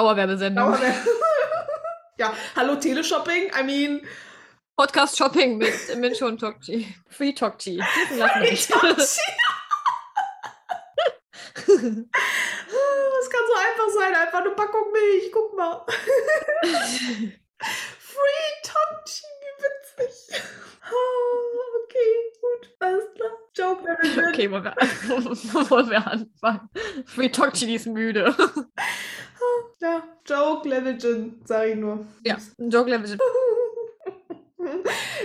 Dauerwerbesendung. Dauerwerbung. ja, hallo Teleshopping. I mean, Podcast Shopping mit Mincho und Tokchi. Free Tokchi. ich dachte, das kann so einfach sein. Einfach eine Packung Milch. Guck mal. Free Topchi. Wie witzig. Oh, okay, gut. Alles klar. Joke, wenn wir sind. Okay, wollen wir, wollen wir anfangen? Free Tokchi, die ist müde. Ja, Joke Level Gin, sag ich nur. Ja, ein Joke Level.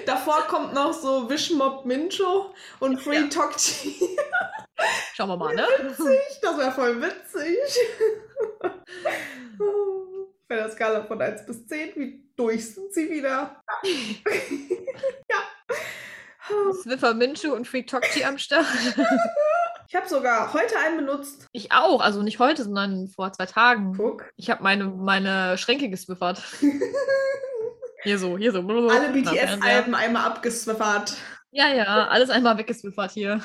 Davor kommt noch so Wishmob Mincho und Free Ja. Tokchi. Schauen wir mal, ne? Witzig, das wäre voll witzig. Bei der Skala von 1 bis 10, wie durch sind sie wieder? Swiffer Minchu und Free Tokchi am Start. Ich habe sogar heute einen benutzt. Ich auch, also nicht heute, sondern vor zwei Tagen. Guck. Ich habe meine, meine Schränke geswiffert. Hier so, hier so. Alle Na, Fernseher. BTS-Alben einmal abgeswiffert. Ja, ja, alles einmal weggeswiffert hier.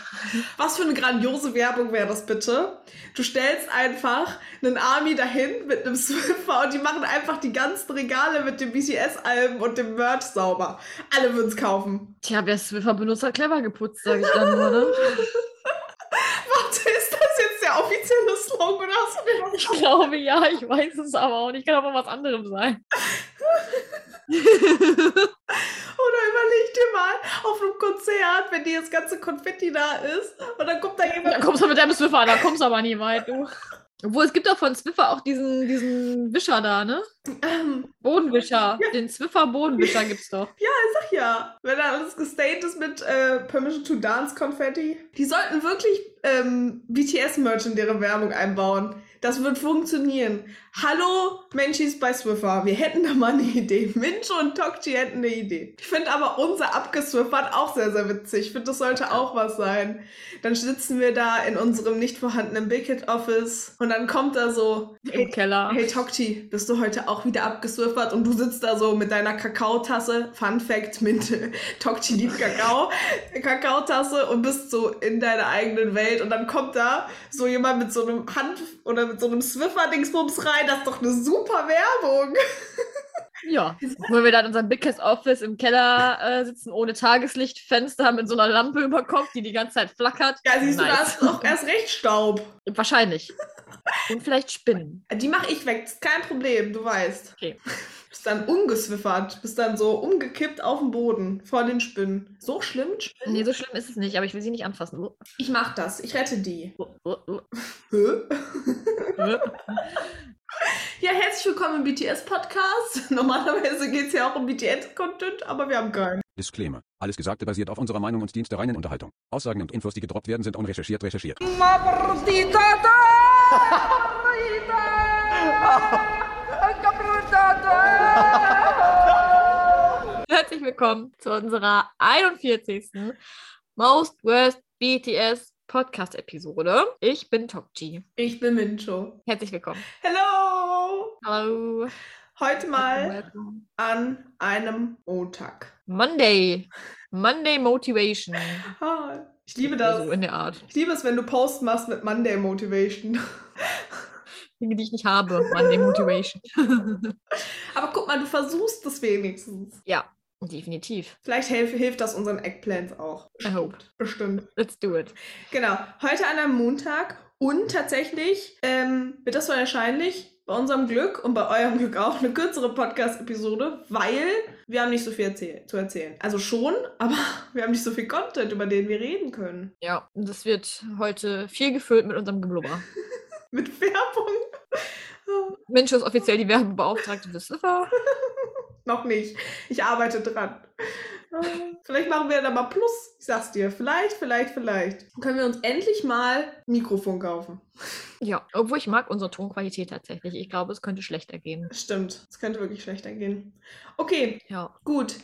Was für eine grandiose Werbung wäre das bitte? Du stellst einfach einen Army dahin mit einem Swiffer und die machen einfach die ganzen Regale mit dem BTS-Alben und dem Merch sauber. Alle würden es kaufen. Tja, wer Swiffer benutzt, hat clever geputzt, sage ich dann nur, ne? Warte, ist das jetzt der offizielle Slogan oder hast du den Ich glaube ja, ich weiß es aber auch nicht. Kann aber was anderem sein. Oder überleg dir mal auf einem Konzert, wenn dir das ganze Konfetti da ist und dann kommt da jemand. Dann kommst du mit deinem Swiffer, da kommst du aber nie weit, du. Obwohl, es gibt doch von Swiffer auch diesen, diesen Wischer da, ne? Ähm, Bodenwischer. Den Swiffer-Bodenwischer gibt's doch. ach ja, wenn da alles gestaged ist mit äh, Permission to Dance Konfetti. Die sollten wirklich ähm, BTS-Merch in ihre Werbung einbauen. Das wird funktionieren. Hallo, Menschies bei Swiffer. Wir hätten da mal eine Idee. Minch und Tokchi hätten eine Idee. Ich finde aber unser abgeswiffert auch sehr, sehr witzig. Ich finde, das sollte auch was sein. Dann sitzen wir da in unserem nicht vorhandenen Big Hit Office und dann kommt da so, Im hey, Keller. hey Tokti, bist du heute auch wieder abgeswiffert? Und du sitzt da so mit deiner Kakaotasse, Fun Fact, Minte, Tokti liebt Kakao, Kakaotasse und bist so in deiner eigenen Welt und dann kommt da so jemand mit so einem Hand- oder mit so einem Swiffer-Dingsbums rein, das ist doch eine super Werbung. Ja, wo wir dann in unserem Big Cast Office im Keller äh, sitzen, ohne Tageslicht, Fenster mit so einer Lampe über Kopf, die die ganze Zeit flackert. Ja, siehst du, da Nice. ist auch erst recht Staub. Wahrscheinlich. Und vielleicht Spinnen. Die mache ich weg, ist kein Problem, du weißt. Okay. Bist dann umgeswiffert, bist dann so umgekippt auf dem Boden vor den Spinnen. So schlimm? Spinnen? Nee, so schlimm ist es nicht, aber ich will sie nicht anfassen. Oh, Ich mach das, ich rette die. oh, oh, oh. Hä? Äh. Ja, herzlich willkommen im BTS-Podcast. Normalerweise geht es ja auch um BTS-Content, aber wir haben keinen. Disclaimer. Alles Gesagte basiert auf unserer Meinung und dient der reinen Unterhaltung. Aussagen und Infos, die gedroppt werden, sind unrecherchiert recherchiert. Herzlich willkommen zu unserer 41. Most Worst BTS Podcast Episode. Ich bin Tokji. Ich bin Mincho. Herzlich willkommen. Hello! Hallo. Heute mal Welcome. an einem Montag. Monday. Monday Motivation. Ah, Ich liebe das. So in der Art. Ich liebe es, wenn du Post machst mit Monday Motivation. Dinge, die ich nicht habe. Monday Motivation. Aber guck mal, du versuchst es wenigstens. ja, definitiv. Vielleicht helf, hilft das unseren Eggplants auch. I hope. Bestimmt. Let's do it. Genau. Heute an einem Montag und tatsächlich ähm, wird das wahrscheinlich bei unserem Glück und bei eurem Glück auch eine kürzere Podcast-Episode, weil wir haben nicht so viel erzähl zu erzählen. Also schon, aber wir haben nicht so viel Content, über den wir reden können. Ja, und das wird heute viel gefüllt mit unserem Geblubber. Mit Werbung Mensch ist offiziell die Werbebeauftragte des Swiffer. noch nicht. Ich arbeite dran. Äh, Vielleicht machen wir dann mal Plus. Ich sag's dir. Vielleicht, vielleicht, vielleicht. Dann Können wir uns endlich mal ein Mikrofon kaufen. Ja, obwohl ich mag unsere Tonqualität tatsächlich. Ich glaube, es könnte schlechter gehen. Stimmt, es könnte wirklich schlechter gehen. Okay, Ja. gut.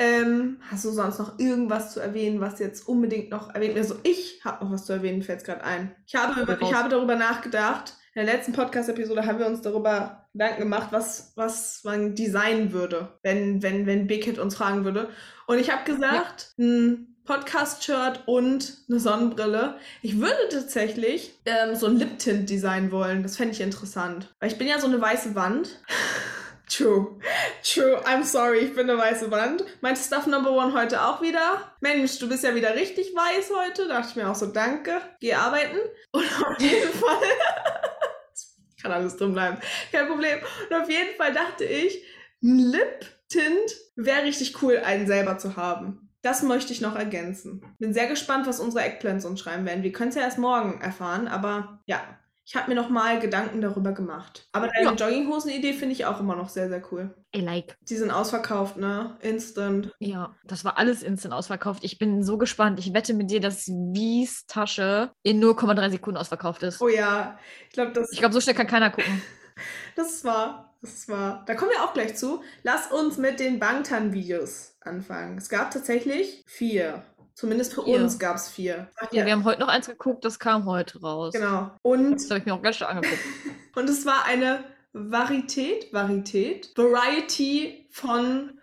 Ähm, hast du sonst noch irgendwas zu erwähnen, was jetzt unbedingt noch erwähnt wird? Also ich habe noch was zu erwähnen, fällt gerade ein. Ich habe, über, raus. ich habe darüber nachgedacht. In der letzten Podcast-Episode haben wir uns darüber Gedanken gemacht, was, was man designen würde, wenn, wenn, wenn Big Hit uns fragen würde. Und ich habe gesagt, ein Podcast-Shirt und eine Sonnenbrille. Ich würde tatsächlich ähm, so ein Lip-Tint-Design wollen. Das fände ich interessant. Weil ich bin ja so eine weiße Wand. True. True. I'm sorry, ich bin eine weiße Wand. Mein Stuff Number One heute auch wieder. Mensch, du bist ja wieder richtig weiß heute. Da dachte ich mir auch so, danke. Geh arbeiten. Und auf jeden Fall. Kann alles drin bleiben. Kein Problem. Und auf jeden Fall dachte ich, ein Lip-Tint wäre richtig cool, einen selber zu haben. Das möchte ich noch ergänzen. Bin sehr gespannt, was unsere Eggplants uns schreiben werden. Wir können es ja erst morgen erfahren, aber ja, ich habe mir noch mal Gedanken darüber gemacht. Aber deine Ja. Jogginghosen-Idee finde ich auch immer noch sehr, sehr cool. I like. Die sind ausverkauft, ne? Instant. Ja, das war alles instant ausverkauft. Ich bin so gespannt. Ich wette mit dir, dass Wies Tasche in 0,3 Sekunden ausverkauft ist. Oh ja, ich glaube, das, Ich glaube, so schnell kann keiner gucken. das ist wahr. Das ist wahr. Da kommen wir auch gleich zu. Lass uns mit den Bangtan-Videos anfangen. Es gab tatsächlich vier. Zumindest für Vier. uns gab es vier. Ach Ja, wir haben heute noch eins geguckt, das kam heute raus. genau. Und Das habe ich mir auch ganz schön angeguckt. Und es war eine Varietät, Varietät, Variety von.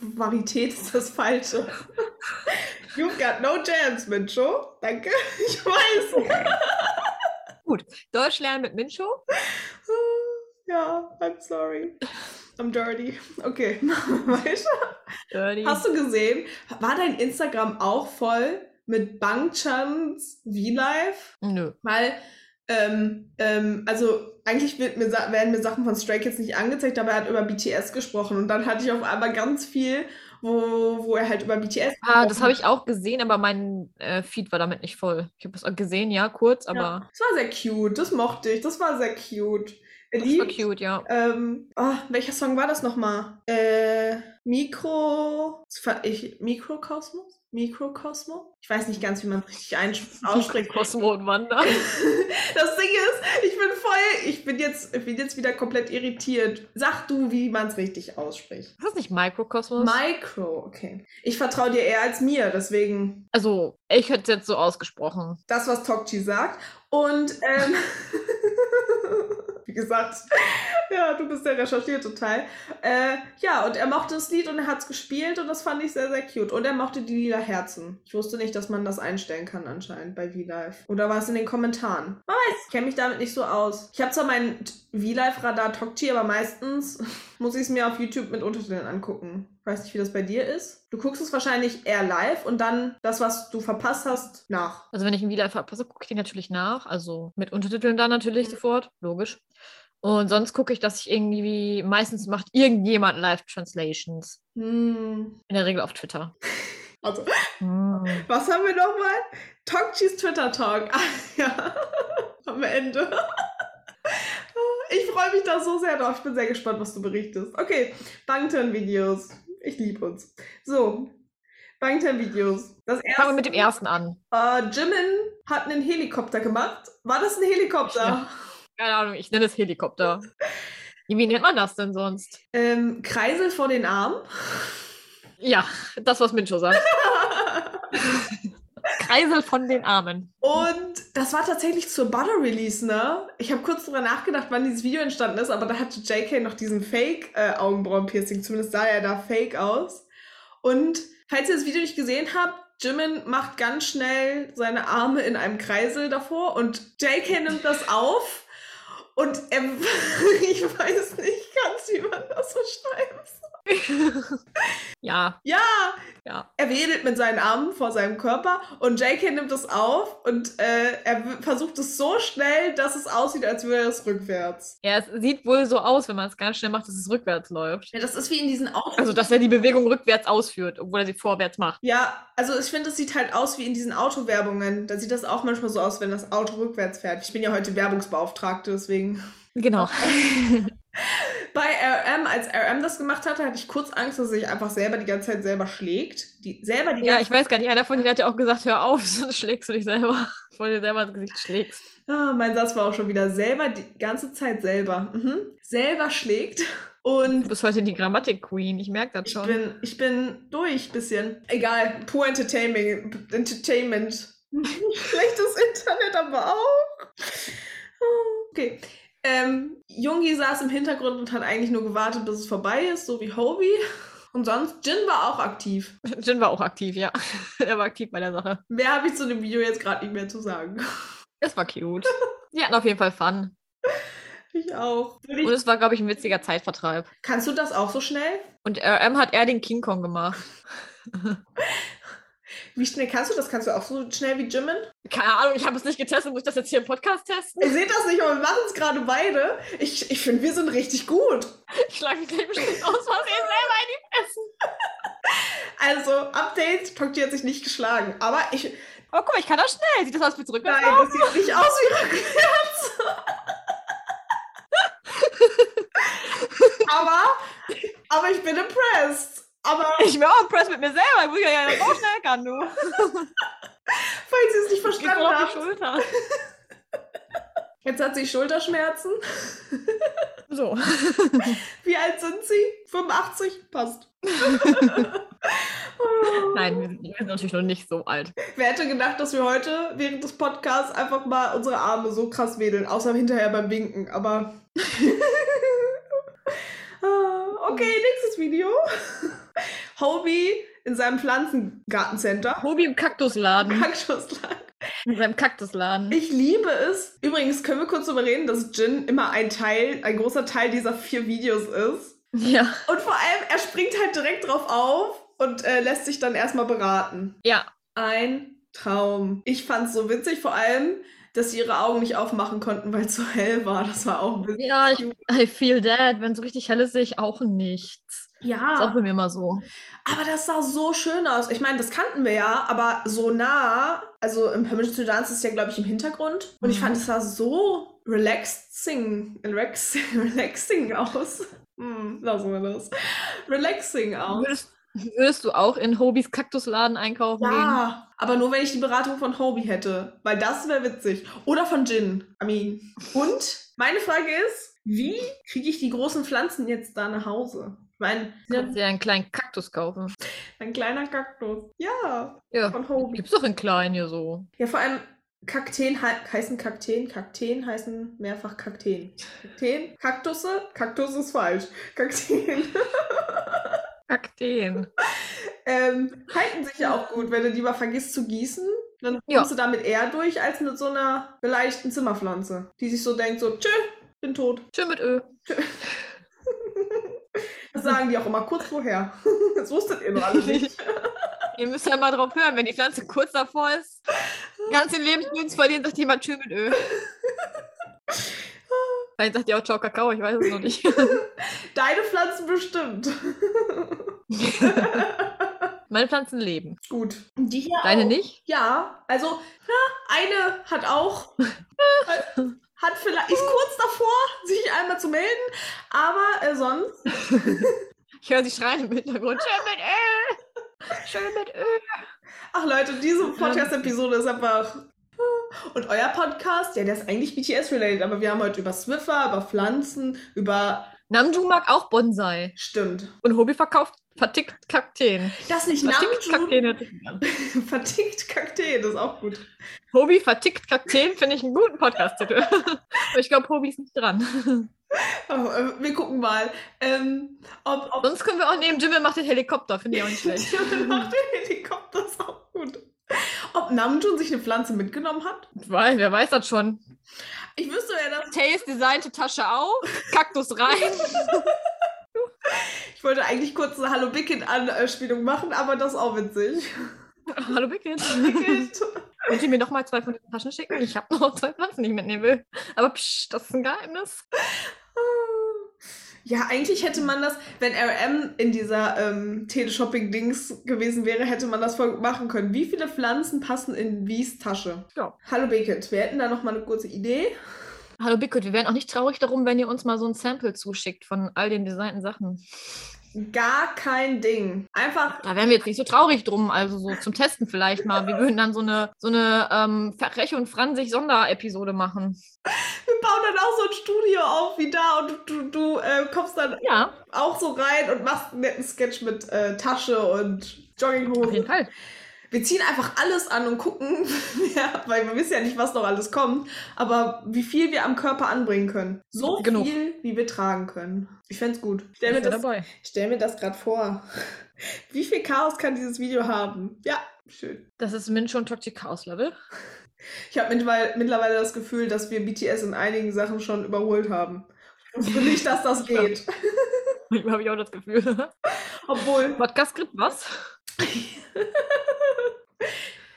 Varietät ist das Falsche. You've got no chance, Mincho. Danke. Ich weiß. Deutsch lernen mit Mincho? Ja, I'm sorry. I'm dirty. Okay, machen wir weiter. Dirty. Hast du gesehen, war dein Instagram auch voll mit Bangchans V-Life? Nö. Weil, ähm, ähm, also eigentlich wird mir, Sa- werden mir Sachen von Stray Kids nicht angezeigt, aber er hat über BTS gesprochen und dann hatte ich auf einmal ganz viel, wo, wo er halt über BTS. Ah, das habe ich auch gesehen, aber mein äh, Feed war damit nicht voll. Ich habe es auch gesehen, ja, kurz, aber Das war sehr cute, das mochte ich, das war sehr cute. das war Elite, cute, ja. ähm, ah, welcher Song war das nochmal? Äh, Mikro. Ich, Mikrokosmos? Mikrokosmo? Ich weiß nicht ganz, wie man es richtig einsch- ausspricht. Cosmo und Wanda. Das Ding ist, ich bin voll, ich bin jetzt, ich bin jetzt wieder komplett irritiert. Sag du, wie man es richtig ausspricht. Ist das nicht Microcosmos? Micro, okay. Ich vertraue dir eher als mir, deswegen also, ich hätte es jetzt so ausgesprochen. das, was Tokchi sagt. Und ähm, wie gesagt, ja, du bist der recherchierte Teil. Äh, ja, und er mochte das Lied und er hat es gespielt und das fand ich sehr, sehr cute. Und er mochte die lila Herzen. Ich wusste nicht, dass man das einstellen kann anscheinend bei V-Live. Oder war es in den Kommentaren? Man weiß, ich kenne mich damit nicht so aus. Ich habe zwar meinen V-Live-Radar Tokchi, aber meistens muss ich es mir auf YouTube mit Untertiteln angucken. Ich weiß nicht, wie das bei dir ist. Du guckst es wahrscheinlich eher live und dann das, was du verpasst hast, nach. Also, wenn ich ihn wieder verpasse, gucke ich den natürlich nach. Also, mit Untertiteln dann natürlich sofort. Logisch. Und sonst gucke ich, dass ich irgendwie, meistens macht irgendjemand Live-Translations. Hm. In der Regel auf Twitter. Also, Mm. was haben wir nochmal? Tokchis Twitter-Talk. Ah, ja. Am Ende. Ich freue mich da so sehr drauf. Ich bin sehr gespannt, was du berichtest. Okay, Bangtan-Videos. Ich liebe uns. So, Bangtan-Videos. Das Fangen wir erste. mit dem ersten an. Äh, Jimin hat einen Helikopter gemacht. War das ein Helikopter? Ja. Keine Ahnung, ich nenne es Helikopter. Wie nennt man das denn sonst? Ähm, Kreisel vor den Armen. Ja, das, was Mincho sagt. Kreisel von den Armen. Und das war tatsächlich zur Butter Release, ne? Ich habe kurz drüber nachgedacht, wann dieses Video entstanden ist, aber da hatte JK noch diesen Fake-Augenbrauen-Piercing. Zumindest sah er da fake aus. Und falls ihr das Video nicht gesehen habt, Jimin macht ganz schnell seine Arme in einem Kreisel davor und JK nimmt das auf. Und er, ich weiß nicht ganz, wie man das so schreibt. Ja, Ja, ja. er wedelt mit seinen Armen vor seinem Körper und JK nimmt es auf und äh, er w- versucht es so schnell, dass es aussieht, als würde er es rückwärts. ja. Es sieht wohl so aus, wenn man es ganz schnell macht, dass es rückwärts läuft. Ja, das ist wie in diesen Autos. Also, dass er die Bewegung rückwärts ausführt, obwohl er sie vorwärts macht. ja, also ich finde, es sieht halt aus wie in diesen Autowerbungen. Da sieht das auch manchmal so aus, wenn das Auto rückwärts fährt. Ich bin ja heute Werbungsbeauftragte, deswegen. Genau. Bei RM, als RM das gemacht hatte, hatte ich kurz Angst, dass er sich einfach selber die ganze Zeit selber schlägt. Die, selber die Ja, ganze ich weiß gar nicht. Einer von denen hat ja auch gesagt: Hör auf, sonst schlägst du dich selber. Bevor du dir selber ins Gesicht schlägst. Ah, mein Satz war auch schon wieder selber, die ganze Zeit selber. Mhm. Selber schlägt. Und Du bist heute die Grammatik-Queen. Ich merke das Ich schon. bin, ich bin durch bisschen. Egal, pure Entertainment. Entertainment. Schlechtes Internet aber auch. Okay. Ähm, Jungi saß im Hintergrund und hat eigentlich nur gewartet, bis es vorbei ist, so wie Hobie. Und sonst, Jin war auch aktiv. Jin war auch aktiv, ja. er war aktiv bei der Sache. Mehr habe ich zu dem Video jetzt gerade nicht mehr zu sagen. Es war cute. Die hatten auf jeden Fall Fun. Ich auch. Und es war, glaube ich, ein witziger Zeitvertreib. Kannst du das auch so schnell? Und RM hat er den King Kong gemacht. Wie schnell kannst du das? Kannst du auch so schnell wie Jimin? Keine Ahnung, ich habe es nicht getestet. Muss ich das jetzt hier im Podcast testen? Ihr seht das nicht, aber wir machen es gerade beide. Ich, ich finde, wir sind richtig gut. Ich schlage mich gleich bestimmt aus Versehen selber in die Fresse. Also, Update, Tokti hat sich nicht geschlagen. Aber ich. Oh, guck mal, ich kann das schnell. Sieht das aus wie zurück? Nein, das sieht nicht aus wie Rückwärts. aber, aber ich bin impressed. Aber Ich bin auch impressed mit mir selber. Ich muss ja ja so schnell kann, du. falls ihr es Geht nicht verstanden voll auf die habt, Schulter. jetzt hat sie Schulterschmerzen. So. Wie alt sind sie? 85? Passt. Nein, wir sind, wir sind natürlich noch nicht so alt. Wer hätte gedacht, dass wir heute während des Podcasts einfach mal unsere Arme so krass wedeln, außer hinterher beim Winken, aber. Ah, okay, nächstes Video. Hobie in seinem Pflanzengartencenter. Hobi im Kaktusladen. Kaktusladen. In seinem Kaktusladen. Ich liebe es. Übrigens können wir kurz darüber reden, dass Jin immer ein Teil, ein großer Teil dieser vier Videos ist. Ja. Und vor allem, er springt halt direkt drauf auf und äh, lässt sich dann erstmal beraten. Ja. Ein Traum. Ich fand's so witzig, vor allem, dass sie ihre Augen nicht aufmachen konnten, weil es so hell war. Das war auch witzig. Ja, ich I feel that. Wenn es richtig hell ist, sehe ich auch nichts. Ist auch Ja, bei mir mal so. aber das sah so schön aus. Ich meine, das kannten wir ja, aber so nah, also im Permission to Dance ist ja, glaube ich, im Hintergrund. Und ich fand, es sah so relaxing, relaxing, relaxing aus. Hm, lassen wir das. Relaxing aus. Würdest, würdest du auch in Hobis Kaktusladen einkaufen gehen? Ja, aber nur wenn ich die Beratung von Hobie hätte, weil das wäre witzig. Oder von Jin. I mean. Und meine Frage ist, wie kriege ich die großen Pflanzen jetzt da nach Hause? Mein, Du kannst dir einen kleinen Kaktus kaufen. mein kleiner Kaktus. Ja, Ja. von Hobie. Gibt's doch in klein hier so. Ja, vor allem Kakteen hei- heißen Kakteen, Kakteen heißen mehrfach Kakteen. Kakteen, Kaktusse, Kaktus ist falsch. Kakteen Kakteen. ähm, halten sich ja auch gut, wenn du die mal vergisst zu gießen. Dann kommst Ja. du damit eher durch, als mit so einer beleidigten Zimmerpflanze, die sich so denkt, so, tschö, bin tot. Schön mit Ö. Das sagen die auch immer kurz vorher. Das wusstet ihr noch alle nicht. Ihr müsst ja mal drauf hören, wenn die Pflanze kurz davor ist, ganz den Lebensmüden zu verlieren, sagt jemand schön mit Öl. Vielleicht sagt ihr auch Ciao Kakao, ich weiß es noch nicht. Deine Pflanzen bestimmt. Meine Pflanzen leben. Gut. Die hier Deine auch. nicht? Ja, also na, eine hat auch, äh, hat vielleicht, ist kurz davor, sich einmal zu melden, aber äh, sonst, Ich höre sie schreien im Hintergrund. Schön mit Öl! Schön mit Öl! ach Leute, diese Podcast-Episode ist einfach. Und euer Podcast, ja, der ist eigentlich BTS-related, aber wir haben heute über Swiffer, über Pflanzen, über. Namjoon mag auch Bonsai. Stimmt. Und Hobi verkauft vertickt Kakteen. Das nicht Vertickt Namjoon. Kakteen hört sich gut an. Vertickt Kakteen, das ist auch gut. Hobi vertickt Kakteen finde ich einen guten Podcast-Titel. Aber ich glaube, Hobi ist nicht dran. Oh, äh, wir gucken mal, ähm, ob, ob Sonst können wir auch nehmen, Jimmy macht den Helikopter, finde ich auch nicht schlecht. Jimmy macht den Helikopter ist auch gut. Ob Namjoon sich eine Pflanze mitgenommen hat? Weil, wer weiß das schon. Ich wüsste ja, dass Tails designte Tasche auf, Kaktus rein. ich wollte eigentlich kurz eine Hallo Big Kid Anspielung machen, aber das ist auch witzig. Hallo Bicket. Big Kid. Könnt ihr mir nochmal zwei von den Taschen schicken? Ich habe noch zwei Pflanzen, die ich mitnehmen will. Aber psch, das ist ein Geheimnis. Ah. ja, eigentlich hätte man das, wenn RM in dieser ähm, Teleshopping-Dings gewesen wäre, hätte man das voll machen können. Wie viele Pflanzen passen in Wies Tasche? Ja. Hallo Big Kid, wir hätten da nochmal eine kurze Idee. Hallo Bicket, wir wären auch nicht traurig darum, wenn ihr uns mal so ein Sample zuschickt von all den designten Sachen. Gar kein Ding. Einfach Da wären wir jetzt nicht so traurig drum, also so zum Testen vielleicht mal. Wir würden dann so eine, so eine ähm, Frech und Franzig Sonderepisode machen. Wir bauen dann auch so ein Studio auf wie da und du, du, du äh, kommst dann Ja, auch so rein und machst einen netten Sketch mit äh, Tasche und auf jeden Jogginghose. Fall. Wir ziehen einfach alles an und gucken, ja, weil wir wissen ja nicht, was noch alles kommt, aber wie viel wir am Körper anbringen können. So Genug. viel, wie wir tragen können. Ich fänd's gut. Ich Ich stell mir bin das, dabei. ich stell mir das gerade vor. Wie viel Chaos kann dieses Video haben? Ja, schön. Das ist Mincho und Toxic Chaos Level. Ich habe mittlerweile, mittlerweile das Gefühl, dass wir BTS in einigen Sachen schon überholt haben. Ich wusste nicht, dass das Ja. geht. Manchmal habe ich auch das Gefühl. Obwohl, Podcast gibt was?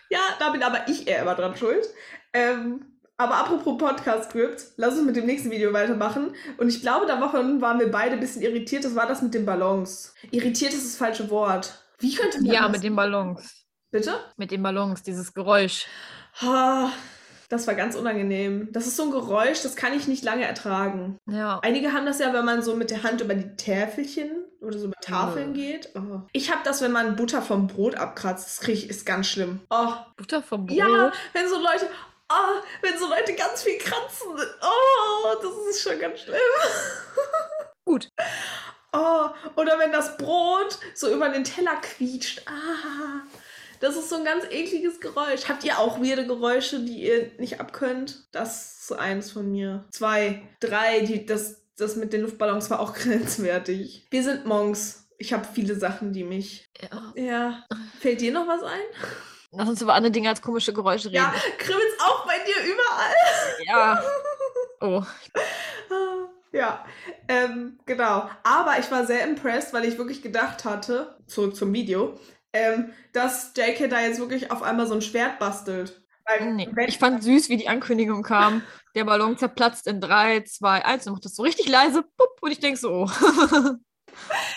Ja, da bin aber ich eher immer dran schuld. Ähm, aber apropos Podcast-Script, lass uns mit dem nächsten Video weitermachen. Und ich glaube, da Wochen waren wir beide ein bisschen irritiert. Das war das mit den Ballons. Irritiert ist das falsche Wort. Wie könnte man Ja, das? mit den Ballons. Bitte? Mit den Ballons, dieses Geräusch. Ha, das war ganz unangenehm. Das ist so ein Geräusch, das kann ich nicht lange ertragen. Ja. Einige haben das ja, wenn man so mit der Hand über die Täfelchen oder so über Tafeln Mhm. geht. Oh. Ich habe das, wenn man Butter vom Brot abkratzt. Das krieg ich, ist ganz schlimm. Oh, Butter vom Brot. Ja, wenn so Leute, ah, wenn so Leute ganz viel kratzen, oh, das ist schon ganz schlimm. Gut. Oh, oder wenn das Brot so über den Teller quietscht. Ah, das ist so ein ganz ekliges Geräusch. Habt ihr auch weirde Geräusche, die ihr nicht abkönnt? Das ist eins von mir. Zwei, drei, die, das, das mit den Luftballons war auch grenzwertig. Wir sind Monks. Ich habe viele Sachen, die mich. Ja. Ja. Fällt dir noch was ein? Lass uns über andere Dinge als komische Geräusche Ja, reden. kribbelt's auch bei dir überall. Ja. Oh, Ah, Ja, ähm, genau. Aber ich war sehr impressed, weil ich wirklich gedacht hatte, zurück zum Video, ähm, dass JK da jetzt wirklich auf einmal so ein Schwert bastelt. Weil, nee. wenn, Ich fand süß, wie die Ankündigung kam. Der Ballon zerplatzt in 3, 2, 1 und macht das so richtig leise. Pup, und ich denke so, oh.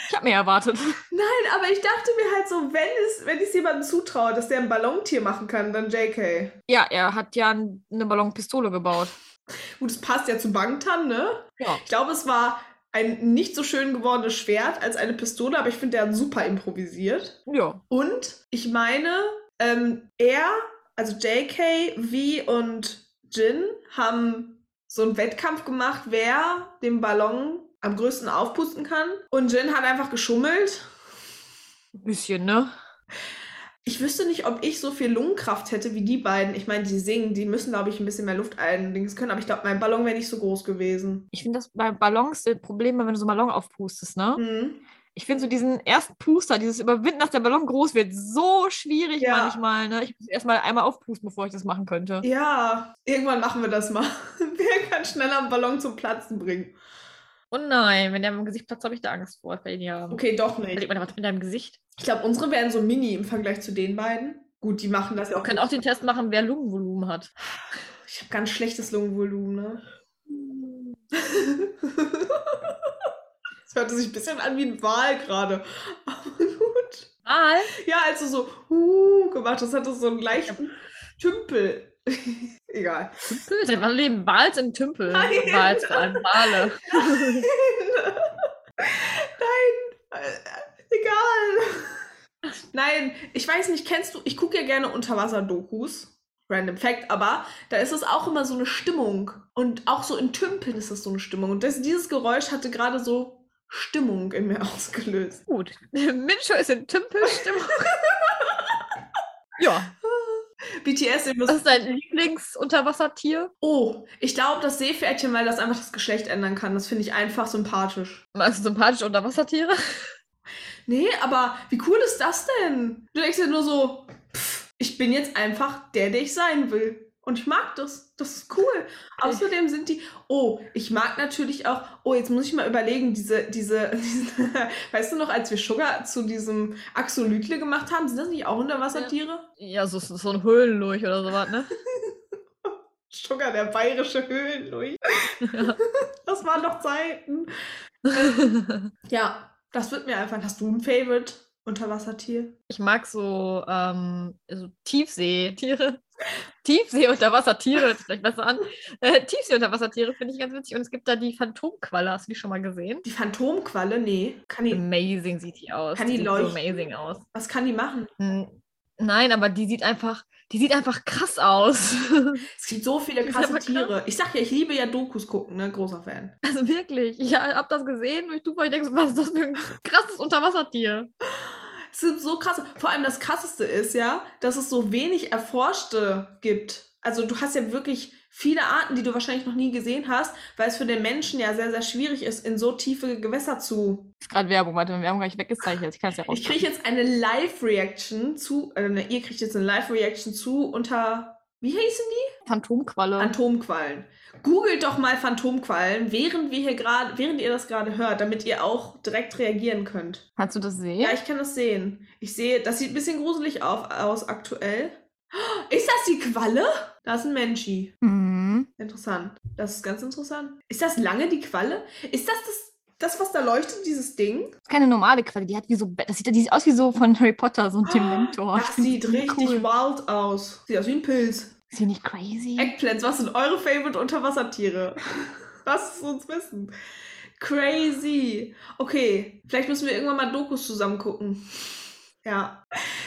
ich habe mehr erwartet. nein, aber ich dachte mir halt so, wenn es, wenn ich es jemandem zutraue, dass der ein Ballontier machen kann, dann JK. Ja, er hat ja n- eine Ballonpistole gebaut. Gut, es passt ja zu Bangtan, ne? Ja. Ich glaube, es war ein nicht so schön gewordenes Schwert als eine Pistole, aber ich finde, der hat super improvisiert. Ja. Und ich meine, ähm, er, also JK, V und Jin haben so einen Wettkampf gemacht, wer den Ballon am größten aufpusten kann. Und Jin hat einfach geschummelt. Ein bisschen, ne? Ich wüsste nicht, ob ich so viel Lungenkraft hätte wie die beiden. Ich meine, die singen, die müssen, glaube ich, ein bisschen mehr Luft einlegen können, aber ich glaube, mein Ballon wäre nicht so groß gewesen. Ich finde das bei Ballons das Problem, wenn du so einen Ballon aufpustest, ne? Hm. Ich finde so diesen ersten Puster, dieses Überwinden, dass der Ballon groß wird, so schwierig Ja. manchmal, ne? Ich muss erstmal einmal aufpusten, bevor ich das machen könnte. Ja, irgendwann machen wir das mal. Wer kann schneller einen Ballon zum Platzen bringen? Oh nein, wenn der im Gesicht platzt, habe ich da Angst vor. Ich will ihn ja. Okay, doch nicht. Überleg mal, was mit deinem Gesicht? Ich glaube, unsere wären so mini im Vergleich zu den beiden. Gut, die machen das ja Wir auch. können auch den Test machen, wer Lungenvolumen hat. Ich habe ganz schlechtes Lungenvolumen, ne? Das hörte sich ein bisschen an wie ein Wal gerade. Aber gut. Mal. Ja, als du so uh, gemacht hast, hattest du so einen leichten Tümpel. Egal. Tümpel? Seit wann leben Wals in Tümpel? Nein. Wals vor allem Wale. Nein. Äh, Egal. Nein, ich weiß nicht, kennst du, ich gucke ja gerne Unterwasser-Dokus. Random Fact, aber da ist es auch immer so eine Stimmung. Und auch so in Tümpeln ist das so eine Stimmung. Und das, dieses Geräusch hatte gerade so Stimmung in mir ausgelöst. Gut. Mincho ist in Tümpelstimmung. ja. BTS, ihr Das müsst. ist dein Lieblingsunterwassertier. Oh, ich glaube, das Seepferdchen, weil das einfach das Geschlecht ändern kann. Das finde ich einfach sympathisch. Magst du sympathische Unterwassertiere? Nee, aber wie cool ist das denn? Du denkst dir nur so, pff, ich bin jetzt einfach der, der ich sein will. Und ich mag das. Das ist cool. Außerdem sind die. Oh, ich mag natürlich auch. Oh, jetzt muss ich mal überlegen, diese, diese, diesen, weißt du noch, als wir Sugar zu diesem Axolütle gemacht haben, sind das nicht auch Unterwassertiere? Ja, so, so so ein Höhlenlurch oder sowas, ne? Sugar, der bayerische Höhlenlurch. Das waren doch Zeiten. ne? Ja, das wird mir einfach. Hast du ein Favorite Unterwassertier? ich mag so, ähm, so Tiefseetiere. Tiefsee-Unterwassertiere, hört sich vielleicht besser an. Äh, Tiefsee-Unterwassertiere finde ich ganz witzig. Und es gibt da die Phantomqualle, hast du die schon mal gesehen? Die Phantomqualle? Nee. Kann die, Amazing sieht die aus. Kann die sieht leuchten? so amazing aus. was kann die machen? N- Nein, aber die sieht einfach, die sieht einfach krass aus. Es gibt so viele Ist krasse aber krass. Tiere. Ich sag ja, ich liebe ja Dokus gucken, ne? Großer Fan. also wirklich, ich habe das gesehen und ich, tue, ich denke, was ist das für ein krasses Unterwassertier? Es sind so krass. Vor allem das Krasseste ist ja, dass es so wenig Erforschte gibt. Also du hast ja wirklich viele Arten, die du wahrscheinlich noch nie gesehen hast, weil es für den Menschen ja sehr, sehr schwierig ist, in so tiefe Gewässer zu. Ist gerade Werbung, warte, wir haben gar nicht weggezeichnet. Ich kann es ja Ich kriege jetzt eine Live-Reaction zu, äh, ne, ihr kriegt jetzt eine Live-Reaction zu unter, wie hießen die? Phantomqualle. Phantomquallen. Googelt doch mal Phantomquallen, während wir hier gerade, während ihr das gerade hört, damit ihr auch direkt reagieren könnt. Kannst du das sehen? Ja, ich kann das sehen. Ich sehe, das sieht ein bisschen gruselig auf, aus aktuell. Ist das die Qualle? Da ist ein Menschi. Mhm. Interessant. Das ist ganz interessant. Ist das lange die Qualle? Ist das das, das was da leuchtet, dieses Ding? Das ist keine normale Qualle, die hat wie so, Be- das sieht, die sieht aus wie so von Harry Potter, so ein Dementor. Oh, Ich das find's sieht irgendwie richtig cool. wild aus. Sieht aus wie ein Pilz. Ist sie nicht crazy? Eggplants, was sind eure Favorite Unterwassertiere? Lasst es uns wissen. Crazy. Okay, vielleicht müssen wir irgendwann mal Dokus zusammen gucken. Ja.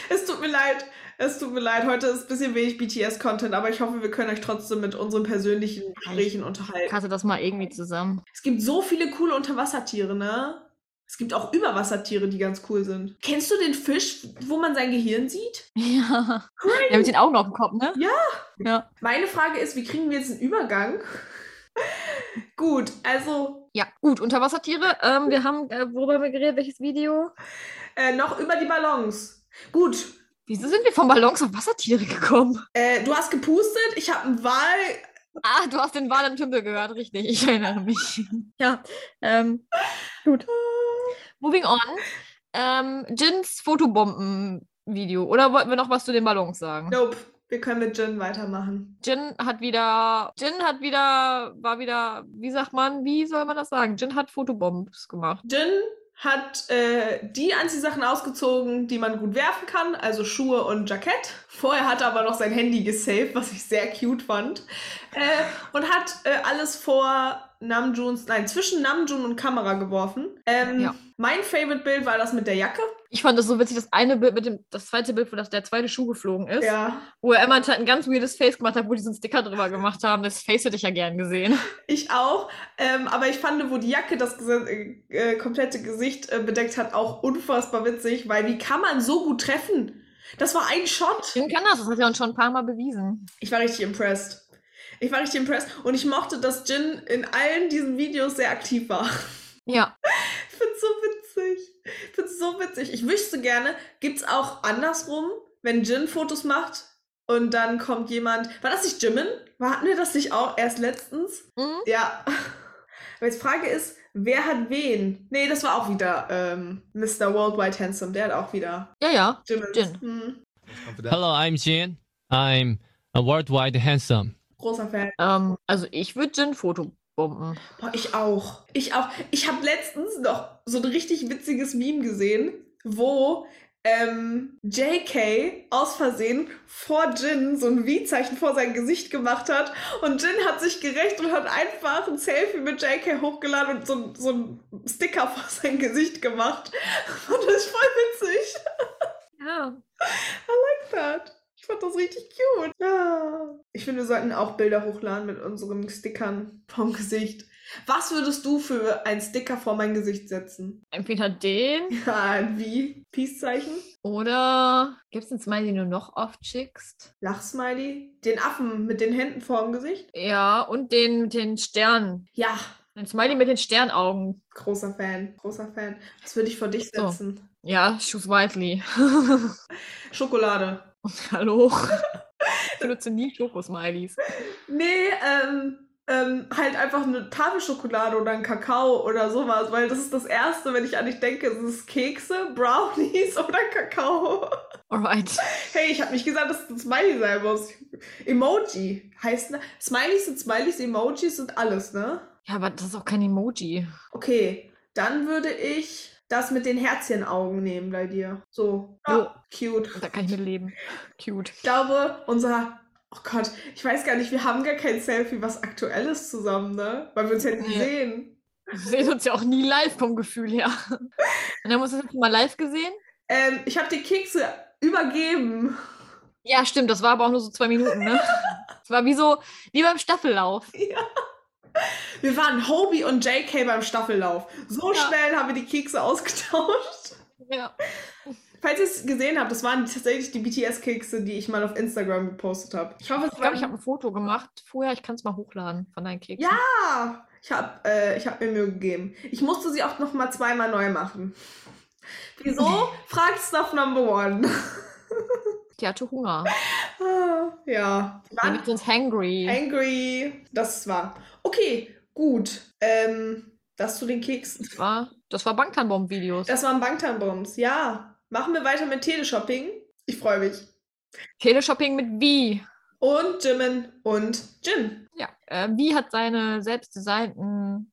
Es tut mir leid. Es tut mir leid. Heute ist ein bisschen wenig BTS-Content, aber ich hoffe, wir können euch trotzdem mit unseren persönlichen Gesprächen unterhalten. Kasse das mal irgendwie zusammen. Es gibt so viele coole Unterwassertiere, ne? Es gibt auch Überwassertiere, die ganz cool sind. Kennst du den Fisch, wo man sein Gehirn sieht? Ja. ja, mit den Augen auf dem Kopf, ne? Ja. Ja. Meine Frage ist, wie kriegen wir jetzt einen Übergang? Gut, also Ja, gut, Unterwassertiere. Ähm, wir haben, äh, worüber haben wir geredet, welches Video? äh, noch über die Ballons. Gut, Wieso sind wir von Ballons auf Wassertiere gekommen? äh, du hast gepustet, ich habe einen Wal. Ah, du hast den Wal im Tümpel gehört, richtig. Ich erinnere mich. ja, ähm, gut. Moving on. Ähm, Jins Fotobomben-Video. Oder wollten wir noch was zu den Ballons sagen? Nope, wir können mit Jin weitermachen. Jin hat wieder, Jin hat wieder, war wieder, wie sagt man, wie soll man das sagen? Jin hat Fotobombs gemacht. Jin hat äh, die Anziehsachen ausgezogen, die man gut werfen kann, also Schuhe und Jackett. Vorher hat er aber noch sein Handy gesaved, was ich sehr cute fand. Äh, und hat äh, alles vor Namjoons, nein, zwischen Namjoon und Kamera geworfen. Ähm, Ja. Mein favorite Bild war das mit der Jacke. Ich fand das so witzig, das eine Bild mit dem, das zweite Bild, wo das, der zweite Schuh geflogen ist, Ja. wo er immer halt ein ganz weirdes Face gemacht hat, wo die so einen Sticker drüber gemacht haben. Das Face hätte ich ja gern gesehen. Ich auch. Ähm, aber ich fand, wo die Jacke das gese- äh, komplette Gesicht äh, bedeckt hat, auch unfassbar witzig, weil wie kann man so gut treffen? Das war ein Shot. Jin kann das, das hat er uns schon ein paar Mal bewiesen. Ich war richtig impressed. Ich war richtig impressed und ich mochte, dass Jin in allen diesen Videos sehr aktiv war. Ja. Ich find's so witzig. Ich find's so witzig. Ich wüsste gerne, gibt's auch andersrum, wenn Jin Fotos macht und dann kommt jemand. War das nicht Jimin? War- Hatten wir das nicht auch erst letztens? Mhm. Ja. Aber jetzt Frage ist, wer hat wen? Nee, das war auch wieder ähm, Mr. Worldwide Handsome. Der hat auch wieder Ja, ja. Jimin. Jin. Hm, Hello, I'm Jin. I'm a worldwide handsome. großer Fan. Ähm, also ich würde Jin Fotobomben. Boah, ich auch. Ich auch. Ich habe letztens noch so ein richtig witziges Meme gesehen, wo ähm, JK aus Versehen vor Jin so ein Wie-Zeichen vor sein Gesicht gemacht hat und Jin hat sich gerecht und hat einfach ein Selfie mit JK hochgeladen und so, ein- so ein Sticker vor sein Gesicht gemacht. Und das ist voll witzig. Ja. That. Ich fand das richtig cute. Ah. Ich finde, wir sollten auch Bilder hochladen mit unseren Stickern vom Gesicht. Was würdest du für einen Sticker vor mein Gesicht setzen? Entweder den Ja, ein wie? Peace-Zeichen? oder gibt es einen Smiley, den du noch oft schickst? Lachsmiley? Den Affen mit den Händen vorm Gesicht? Ja, und den mit den Sternen. Ja, Ein Smiley mit den Sternaugen. großer Fan, großer Fan. Was würde ich vor dich So. setzen? Ja, choose wisely. Schokolade. Hallo. Ich nutze nie Schoko-Smileys. Nee, ähm, ähm, halt einfach eine Tafel Schokolade oder ein Kakao oder sowas, weil das ist das Erste, wenn ich an dich denke, es ist Kekse, Brownies oder Kakao. Alright. Hey, ich habe nicht gesagt, dass es ein Smiley sein muss. Emoji heißt, ne? Smileys sind Smileys, Emojis sind alles, ne? Ja, aber das ist auch kein Emoji. Okay, dann würde ich das mit den Herzchenaugen nehmen bei dir. So. Ah, cute. Da kann ich mit leben. Cute. Ich glaube, unser. Oh Gott, ich weiß gar nicht, wir haben gar kein Selfie, was aktuelles zusammen, ne? Weil wir uns hätten Nee. sehen. Wir sehen uns ja auch nie live vom Gefühl her. Und dann musst du das mal live gesehen? Ähm, ich habe dir Kekse übergeben. Ja, stimmt. Das war aber auch nur so zwei Minuten, ne? Das war wie so, wie beim Staffellauf. Wir waren Hobie und JK beim Staffellauf. So Ja. schnell haben wir die Kekse ausgetauscht. Ja. Falls ihr es gesehen habt, das waren tatsächlich die BTS-Kekse, die ich mal auf Instagram gepostet habe. Ich hoffe, es Ich war. glaube, ich habe ein Foto gemacht vorher. Ich kann es mal hochladen von deinen Keksen. Ja! Ich habe äh, ich hab mir Mühe gegeben. Ich musste sie auch noch mal zweimal neu machen. Wieso? Fragt Stuff Number One. Die hatte Hunger. Ah, ja. Die Die waren wird sonst hangry. angry. Das war. Okay, gut. Ähm, das zu den Keksen. Das war, das war Banktanbomb-Videos. Das waren Bangtan-Bombs. Ja. Machen wir weiter mit Teleshopping. Ich freue mich. Teleshopping mit Wie. Und Jimin und Jin. Ja. Äh, Wie hat seine selbstdesignten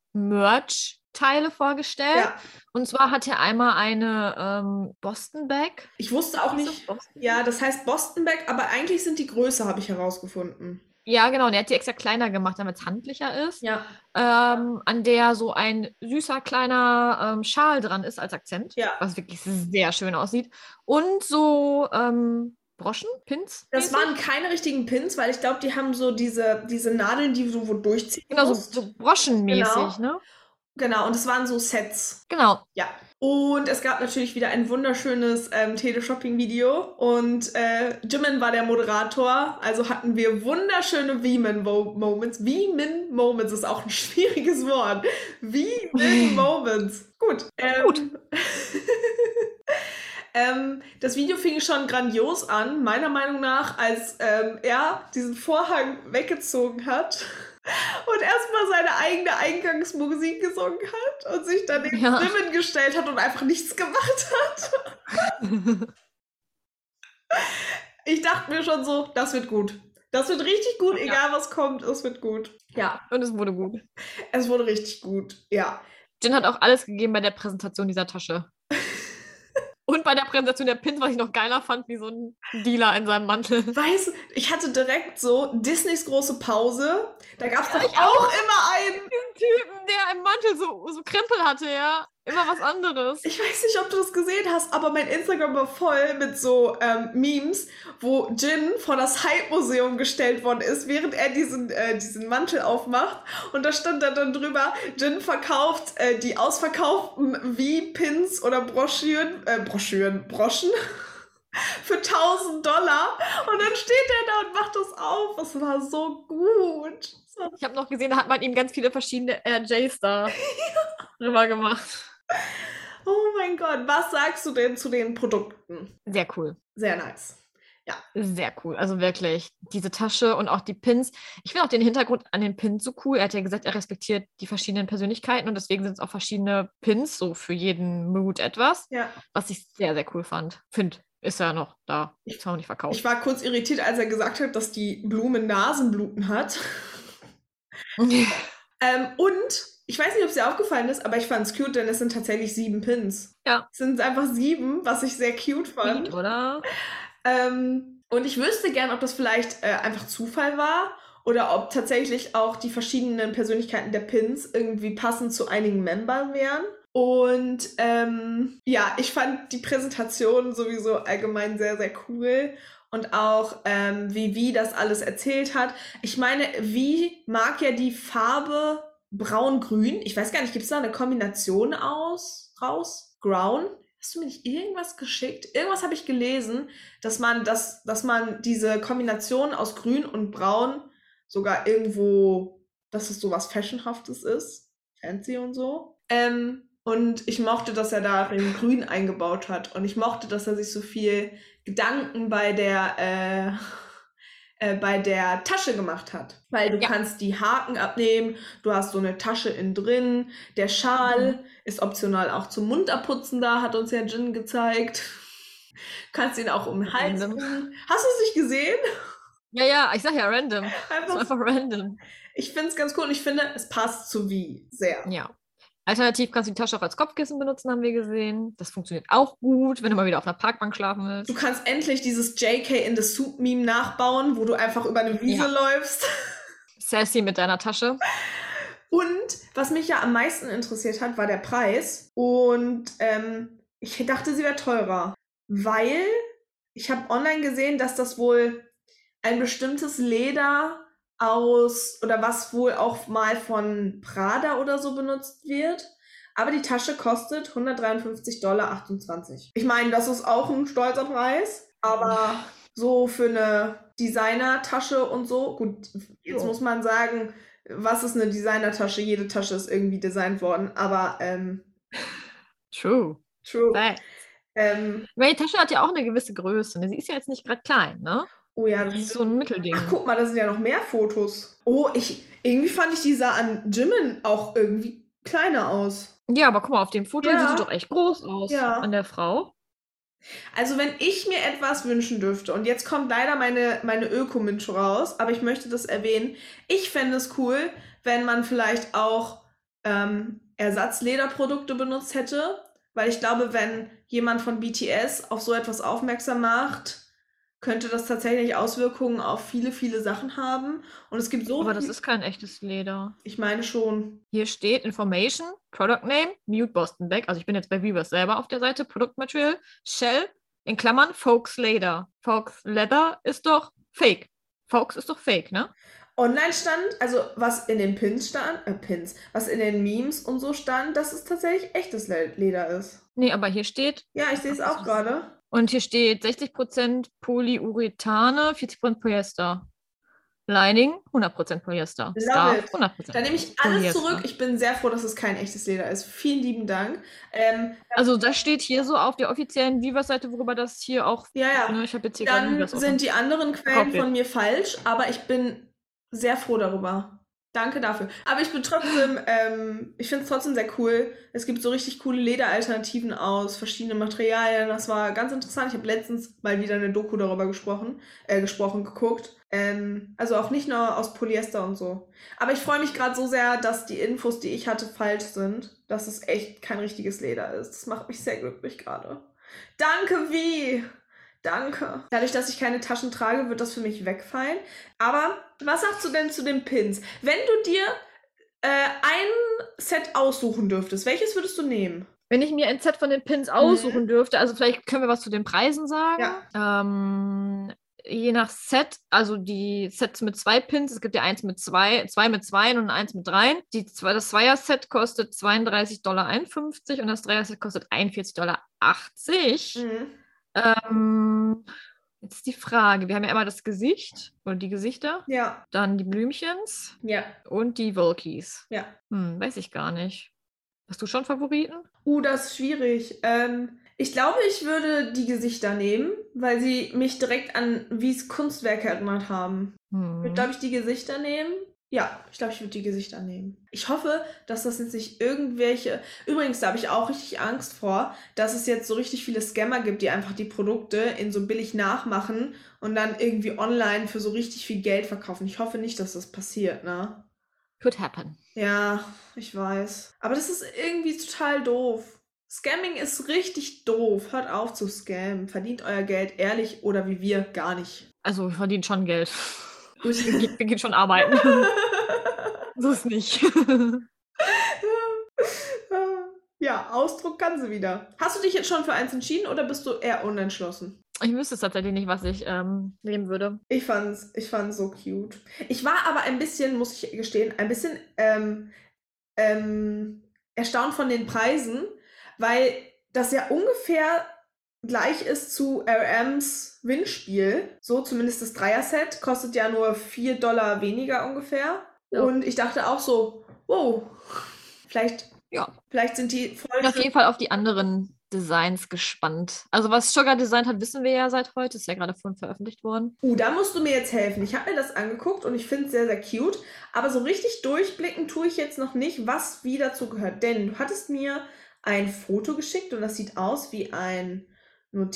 Merch-Teile vorgestellt. Ja. Und zwar hat er einmal eine ähm, Boston Bag. Ich wusste auch Ist das nicht. Boston? Ja, das heißt Boston Bag, aber eigentlich sind die größer, habe ich herausgefunden. Ja, genau. Und er hat die extra kleiner gemacht, damit es handlicher ist. Ja. Ähm, an der so ein süßer kleiner ähm, Schal dran ist als Akzent. Ja. Was wirklich sehr schön aussieht. Und so ähm, Broschen, Pins. Das mäßig. waren keine richtigen Pins, weil ich glaube, die haben so diese, diese Nadeln, die du wo durchziehen Genau, so, musst. so broschenmäßig, ne? Genau, und es waren so Sets. Genau. Und es gab natürlich wieder ein wunderschönes ähm, Teleshopping-Video. Und äh, Jimin war der Moderator. Also hatten wir wunderschöne Veeman-Moments. Veeman-Moments ist auch ein schwieriges Wort. Veeman-Moments. Gut. Ähm, Gut. ähm, das Video fing schon grandios an, meiner Meinung nach, als ähm, er diesen Vorhang weggezogen hat. Und erstmal seine eigene Eingangsmusik gesungen hat und sich dann neben Ja. Stimmen gestellt hat und einfach nichts gemacht hat. Ich dachte mir schon so, das wird gut. Das wird richtig gut, Ja. egal was kommt, es wird gut. Ja. Und es wurde gut. Es wurde richtig gut, ja. Jin hat auch alles gegeben bei der Präsentation dieser Tasche. Und bei der Präsentation der Pins, was ich noch geiler fand, wie so ein Dealer in seinem Mantel. Weißt du, ich hatte direkt so Disneys große Pause. Da gab es doch auch immer einen. Diesen Typen, der im Mantel so, so Krempel hatte, ja. Immer was anderes. Ich weiß nicht, ob du das gesehen hast, aber mein Instagram war voll mit so ähm, Memes, wo Jin vor das Hype-Museum gestellt worden ist, während er diesen, äh, diesen Mantel aufmacht. Und da stand dann, dann drüber, Jin verkauft äh, die ausverkauften V-Pins oder Broschüren, äh, Broschüren, Broschen für 1000 Dollar. Und dann steht er da und macht das auf. Das war so gut. Das war Ich habe noch gesehen, da hat man ihm ganz viele verschiedene RJs da drüber gemacht. Oh mein Gott, was sagst du denn zu den Produkten? Sehr cool. Sehr nice. Sehr cool. Also wirklich, diese Tasche und auch die Pins. Ich finde auch den Hintergrund an den Pins so cool. Er hat ja gesagt, er respektiert die verschiedenen Persönlichkeiten und deswegen sind es auch verschiedene Pins, so für jeden Mood etwas, Ja. was ich sehr, sehr cool fand. Find, ist ja noch da. Ist auch nicht verkauft. Ich war kurz irritiert, als er gesagt hat, dass die Blume Nasenbluten hat. Ähm, und ich weiß nicht, ob es dir aufgefallen ist, aber ich fand es cute, denn es sind tatsächlich sieben Pins. Ja. Es sind einfach sieben, was ich sehr cute fand. Oder? Ähm, und ich wüsste gern, ob das vielleicht äh, einfach Zufall war oder ob tatsächlich auch die verschiedenen Persönlichkeiten der Pins irgendwie passend zu einigen Membern wären. Und ähm, ja, ich fand die Präsentation sowieso allgemein sehr, sehr cool. Und auch ähm, wie Wie das alles erzählt hat. Ich meine, Wie mag ja die Farbe braun-grün. Ich weiß gar nicht, gibt es da eine Kombination aus, raus? Brown? Hast du mir nicht irgendwas geschickt? Irgendwas habe ich gelesen dass man das, dass man diese Kombination aus Grün und Braun sogar irgendwo, dass es so was Fashionhaftes ist, fancy und so. Ähm, und ich mochte, dass er da den Grün eingebaut hat und ich mochte, dass er sich so viel Gedanken bei der äh, äh, bei der Tasche gemacht hat, weil du Ja. kannst die Haken abnehmen, du hast so eine Tasche innen drin, der Schal ist optional auch zum Mund abputzen da, hat uns ja Jin gezeigt. Kannst ihn auch um den Hals. Random. tun. Hast du es nicht gesehen? Ja, ja, ich sag ja random. Das war Einfach, einfach random. ich finde es ganz cool und ich finde, es passt zu wie sehr. Ja. Alternativ kannst du die Tasche auch als Kopfkissen benutzen, haben wir gesehen. Das funktioniert auch gut, wenn du mal wieder auf einer Parkbank schlafen willst. Du kannst endlich dieses JK in the Soup Meme nachbauen, wo du einfach über eine Wiese Ja. läufst. Sassy mit deiner Tasche. Und was mich ja am meisten interessiert hat, war der Preis. Und ähm, ich dachte, sie wäre teurer, weil ich habe online gesehen, dass das wohl ein bestimmtes Leder aus oder was wohl auch mal von Prada oder so benutzt wird. Aber die Tasche kostet 153,28 Dollar. Ich meine, das ist auch ein stolzer Preis, aber so für eine Designertasche und so, gut, jetzt Jo. muss man sagen, was ist eine Designertasche? Jede Tasche ist irgendwie designt worden, aber ähm, True. true. Weil Ähm, die Tasche hat ja auch eine gewisse Größe. ne? Sie ist ja jetzt nicht gerade klein, ne? oh ja, Das das ist so ein Mittelding. Ach, guck mal, da sind ja noch mehr Fotos. Oh, ich, irgendwie fand ich die sah an Jimin auch irgendwie kleiner aus. Ja, aber guck mal, auf dem Foto Ja. sieht sie doch echt groß aus Ja. an der Frau. Also, wenn ich mir etwas wünschen dürfte, und jetzt kommt leider meine, meine Öko-Minsche raus, aber ich möchte das erwähnen. Ich fände es cool, wenn man vielleicht auch ähm, Ersatzlederprodukte benutzt hätte, weil ich glaube, wenn jemand von BTS auf so etwas aufmerksam macht, könnte das tatsächlich Auswirkungen auf viele, viele Sachen haben. Und es gibt so. Aber das viel- ist kein echtes Leder. ich meine schon. Hier steht Information, Product Name, Mute Boston Bag. Also ich bin jetzt bei Weavers selber auf der Seite. Product Material, Shell, in Klammern, Folks Leder. Folks Leather ist doch fake. Folks ist doch fake, ne? Online stand, also was in den Pins stand, äh Pins, was in den Memes und so stand, dass es tatsächlich echtes Le- Leder ist. Nee, aber hier steht, Ja, ich sehe es Ach, auch das ist- gerade. und hier steht 60% Polyurethane, 40% Polyester. Lining, 100% Polyester. Love Scarf, it. 100%. Dann nehme ich alles Polyester. zurück. Ich bin sehr froh, dass es kein echtes Leder ist. Vielen lieben Dank. Ähm, Also das steht hier so auf der offiziellen Viva-Seite, worüber das hier auch. ja, ja. Ne, ich habe jetzt hier gerade Dann Vivas offen. sind die anderen Quellen Okay. von mir falsch, aber ich bin sehr froh darüber. Danke dafür. Aber ich bin trotzdem, ähm, ich finde es trotzdem sehr cool. Es gibt so richtig coole Lederalternativen aus verschiedenen Materialien. Das war ganz interessant. Ich habe letztens mal wieder eine Doku darüber gesprochen, äh, gesprochen, geguckt. Ähm, also auch nicht nur aus Polyester und so. Aber ich freue mich gerade so sehr, dass die Infos, die ich hatte, falsch sind. Dass es echt kein richtiges Leder ist. Das macht mich sehr glücklich gerade. Danke, wie? Danke. Dadurch, dass ich keine Taschen trage, wird das für mich wegfallen. Aber was sagst du denn zu den Pins? Wenn du dir äh, ein Set aussuchen dürftest, welches würdest du nehmen? Wenn ich mir ein Set von den Pins aussuchen dürfte, also vielleicht können wir was zu den Preisen sagen. Ähm, je nach Set, also die Sets mit zwei Pins, es gibt ja eins mit zwei, zwei mit zweien und eins mit dreien. Die, zwei- das Zweier-Set kostet 32,51 Dollar und das Dreier-Set kostet 41,80 Dollar. Mhm. Ähm, jetzt ist die Frage, wir haben ja immer das Gesicht oder die Gesichter, Ja, dann die Blümchens ja, und die Volkies. ja. Hm, weiß ich gar nicht. Hast du schon Favoriten? Uh, das ist schwierig. Ähm, ich glaube, ich würde die Gesichter nehmen, weil sie mich direkt an Wies Kunstwerke erinnert haben. Ich würde, Hm. glaube ich, die Gesichter nehmen. Ja, ich glaube, ich würde die Gesichter nehmen. Ich hoffe, dass das jetzt nicht irgendwelche. Übrigens, da habe ich auch richtig Angst vor, dass es jetzt so richtig viele Scammer gibt, die einfach die Produkte in so billig nachmachen und dann irgendwie online für so richtig viel Geld verkaufen. Ich hoffe nicht, dass das passiert, ne? Could happen. Ja, ich weiß. Aber das ist irgendwie total doof. Scamming ist richtig doof. Hört auf zu scammen. Verdient euer Geld ehrlich oder wie wir gar nicht. Also, wir verdienen schon Geld. Wir gehen- wir gehen schon arbeiten. so ist nicht. Äh, ja, Ausdruck kann sie wieder. Hast du dich jetzt schon für eins entschieden oder bist du eher unentschlossen? Ich wüsste es tatsächlich nicht, was ich ähm, nehmen würde. Ich fand's, ich fand's so cute. Ich war aber ein bisschen, muss ich gestehen, ein bisschen ähm, ähm, erstaunt von den Preisen, weil das ja ungefähr gleich ist zu RMs Windspiel. So zumindest das Dreier-Set kostet ja nur 4 Dollar weniger ungefähr. Ja. Und ich dachte auch so, wow, vielleicht, Ja. vielleicht sind die voll Ich bin auf für- jeden Fall auf die anderen Designs gespannt. Also, was Sugar designt hat, wissen wir ja seit heute. Ist ja gerade vorhin veröffentlicht worden. Uh, da musst du mir jetzt helfen. Ich habe mir das angeguckt und ich finde es sehr, sehr cute. Aber so richtig durchblicken tue ich jetzt noch nicht, was wie dazu gehört. Denn du hattest mir ein Foto geschickt und das sieht aus wie ein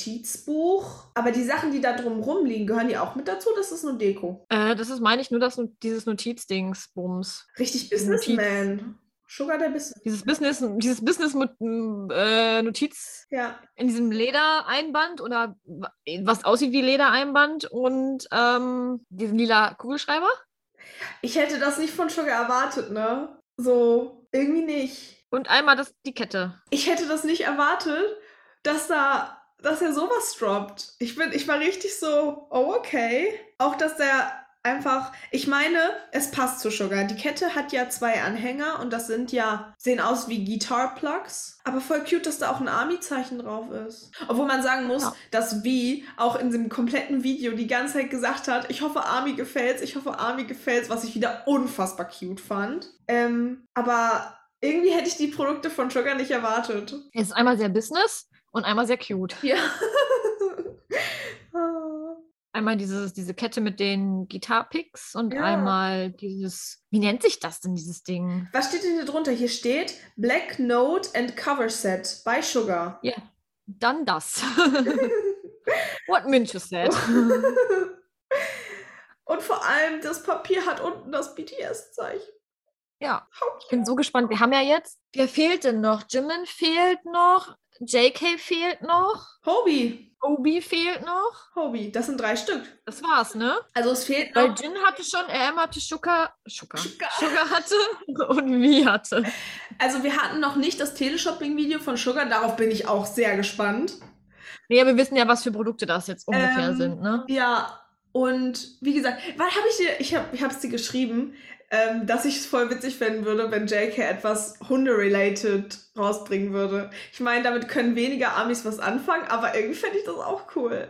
Notizbuch. Aber die Sachen, die da drumrum liegen, gehören die auch mit dazu? Das ist nur Deko. Äh, das ist, meine ich, nur das, dieses Notizdings, Bums. Richtig Businessman. Sugar der Business. Dieses Business, dieses Business mit m, äh, Notiz Ja. in diesem Ledereinband oder wa- was aussieht wie Ledereinband und ähm, diesen lila Kugelschreiber. Ich hätte das nicht von Sugar erwartet, ne? So, irgendwie nicht. Und einmal das, die Kette. Ich hätte das nicht erwartet, dass da, dass er sowas droppt. Ich bin, ich war richtig so, oh okay. Auch dass der einfach, ich meine, es passt zu Sugar. Die Kette hat ja zwei Anhänger und das sind ja, sehen aus wie Guitar Plugs. Aber voll cute, dass da auch ein Army-Zeichen drauf ist. Obwohl man sagen muss, Ja. dass wie auch in dem kompletten Video die ganze Zeit gesagt hat, ich hoffe Army gefällt's, ich hoffe Army gefällt's, was ich wieder unfassbar cute fand. Ähm, aber irgendwie hätte ich die Produkte von Sugar nicht erwartet. Es ist einmal sehr Business und einmal sehr cute. Ja. Einmal dieses, diese Kette mit den Guitar-Picks und Ja. einmal dieses, wie nennt sich das denn, dieses Ding? Was steht denn hier drunter? Hier steht Black Note and Cover Set bei Sugar. Dann das. What Minch said. Und vor allem, das Papier hat unten das BTS-Zeichen. Ja, How ich bin so gespannt. Wir haben ja jetzt, wer fehlt denn noch? Jimin fehlt noch, JK fehlt noch, Hobie. Obi fehlt noch. Hobie. Das sind drei Stück. Das war's, ne? Also es fehlt Weil noch. Jin hatte schon, RM hatte Sugar, Sugar, Sugar. Sugar hatte und Wie hatte. Also wir hatten noch nicht das Teleshopping-Video von Sugar. Darauf bin ich auch sehr gespannt. Nee, aber wir wissen ja, was für Produkte das jetzt ungefähr Ähm, sind, ne? Ja, und wie gesagt, wann habe ich dir, ich habe ich hab's dir geschrieben, ähm, dass ich es voll witzig fänden würde, wenn JK etwas Hunde-related rausbringen würde. Ich meine, damit können weniger Amis was anfangen, aber irgendwie fände ich das auch cool.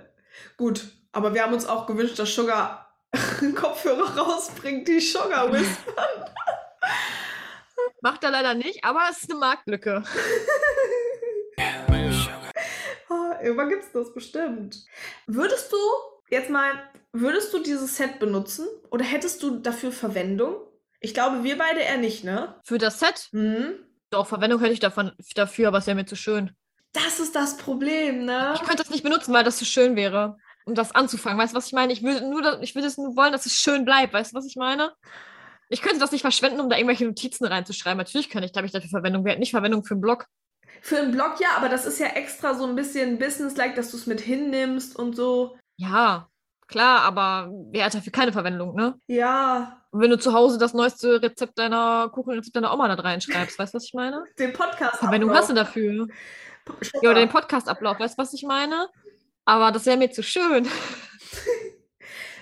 Gut, aber wir haben uns auch gewünscht, dass Sugar Kopfhörer rausbringt, die Sugar Wisp. Macht er leider nicht, aber es ist eine Marktlücke. Ah, irgendwann gibt's das bestimmt. Würdest du jetzt mal, würdest du dieses Set benutzen oder hättest du dafür Verwendung? Ich glaube, wir beide eher nicht, ne? Für das Set? Hm? Doch, Verwendung hätte ich davon, dafür, aber es wäre mir zu schön. Das ist das Problem, ne? Ich könnte das nicht benutzen, weil das zu schön wäre. Um das anzufangen. Weißt du, was ich meine? Ich würde nur, da- ich würde es nur wollen, dass es schön bleibt. Weißt du, was ich meine? Ich könnte das nicht verschwenden, um da irgendwelche Notizen reinzuschreiben. Natürlich kann ich, glaube ich, dafür Verwendung. Wir hätten nicht Verwendung für einen Blog. Für einen Blog ja, aber das ist ja extra so ein bisschen businesslike, dass du es mit hinnimmst und so. Ja, klar, aber wer hat dafür keine Verwendung, ne? Ja, Und wenn du zu Hause das neueste Rezept deiner Kuchenrezept deiner Oma da reinschreibst, weißt du, was ich meine? den Podcast. Verwendung hast du dafür. Ja, oder den Podcast-Ablauf, weißt du, was ich meine? Aber das wäre mir zu schön.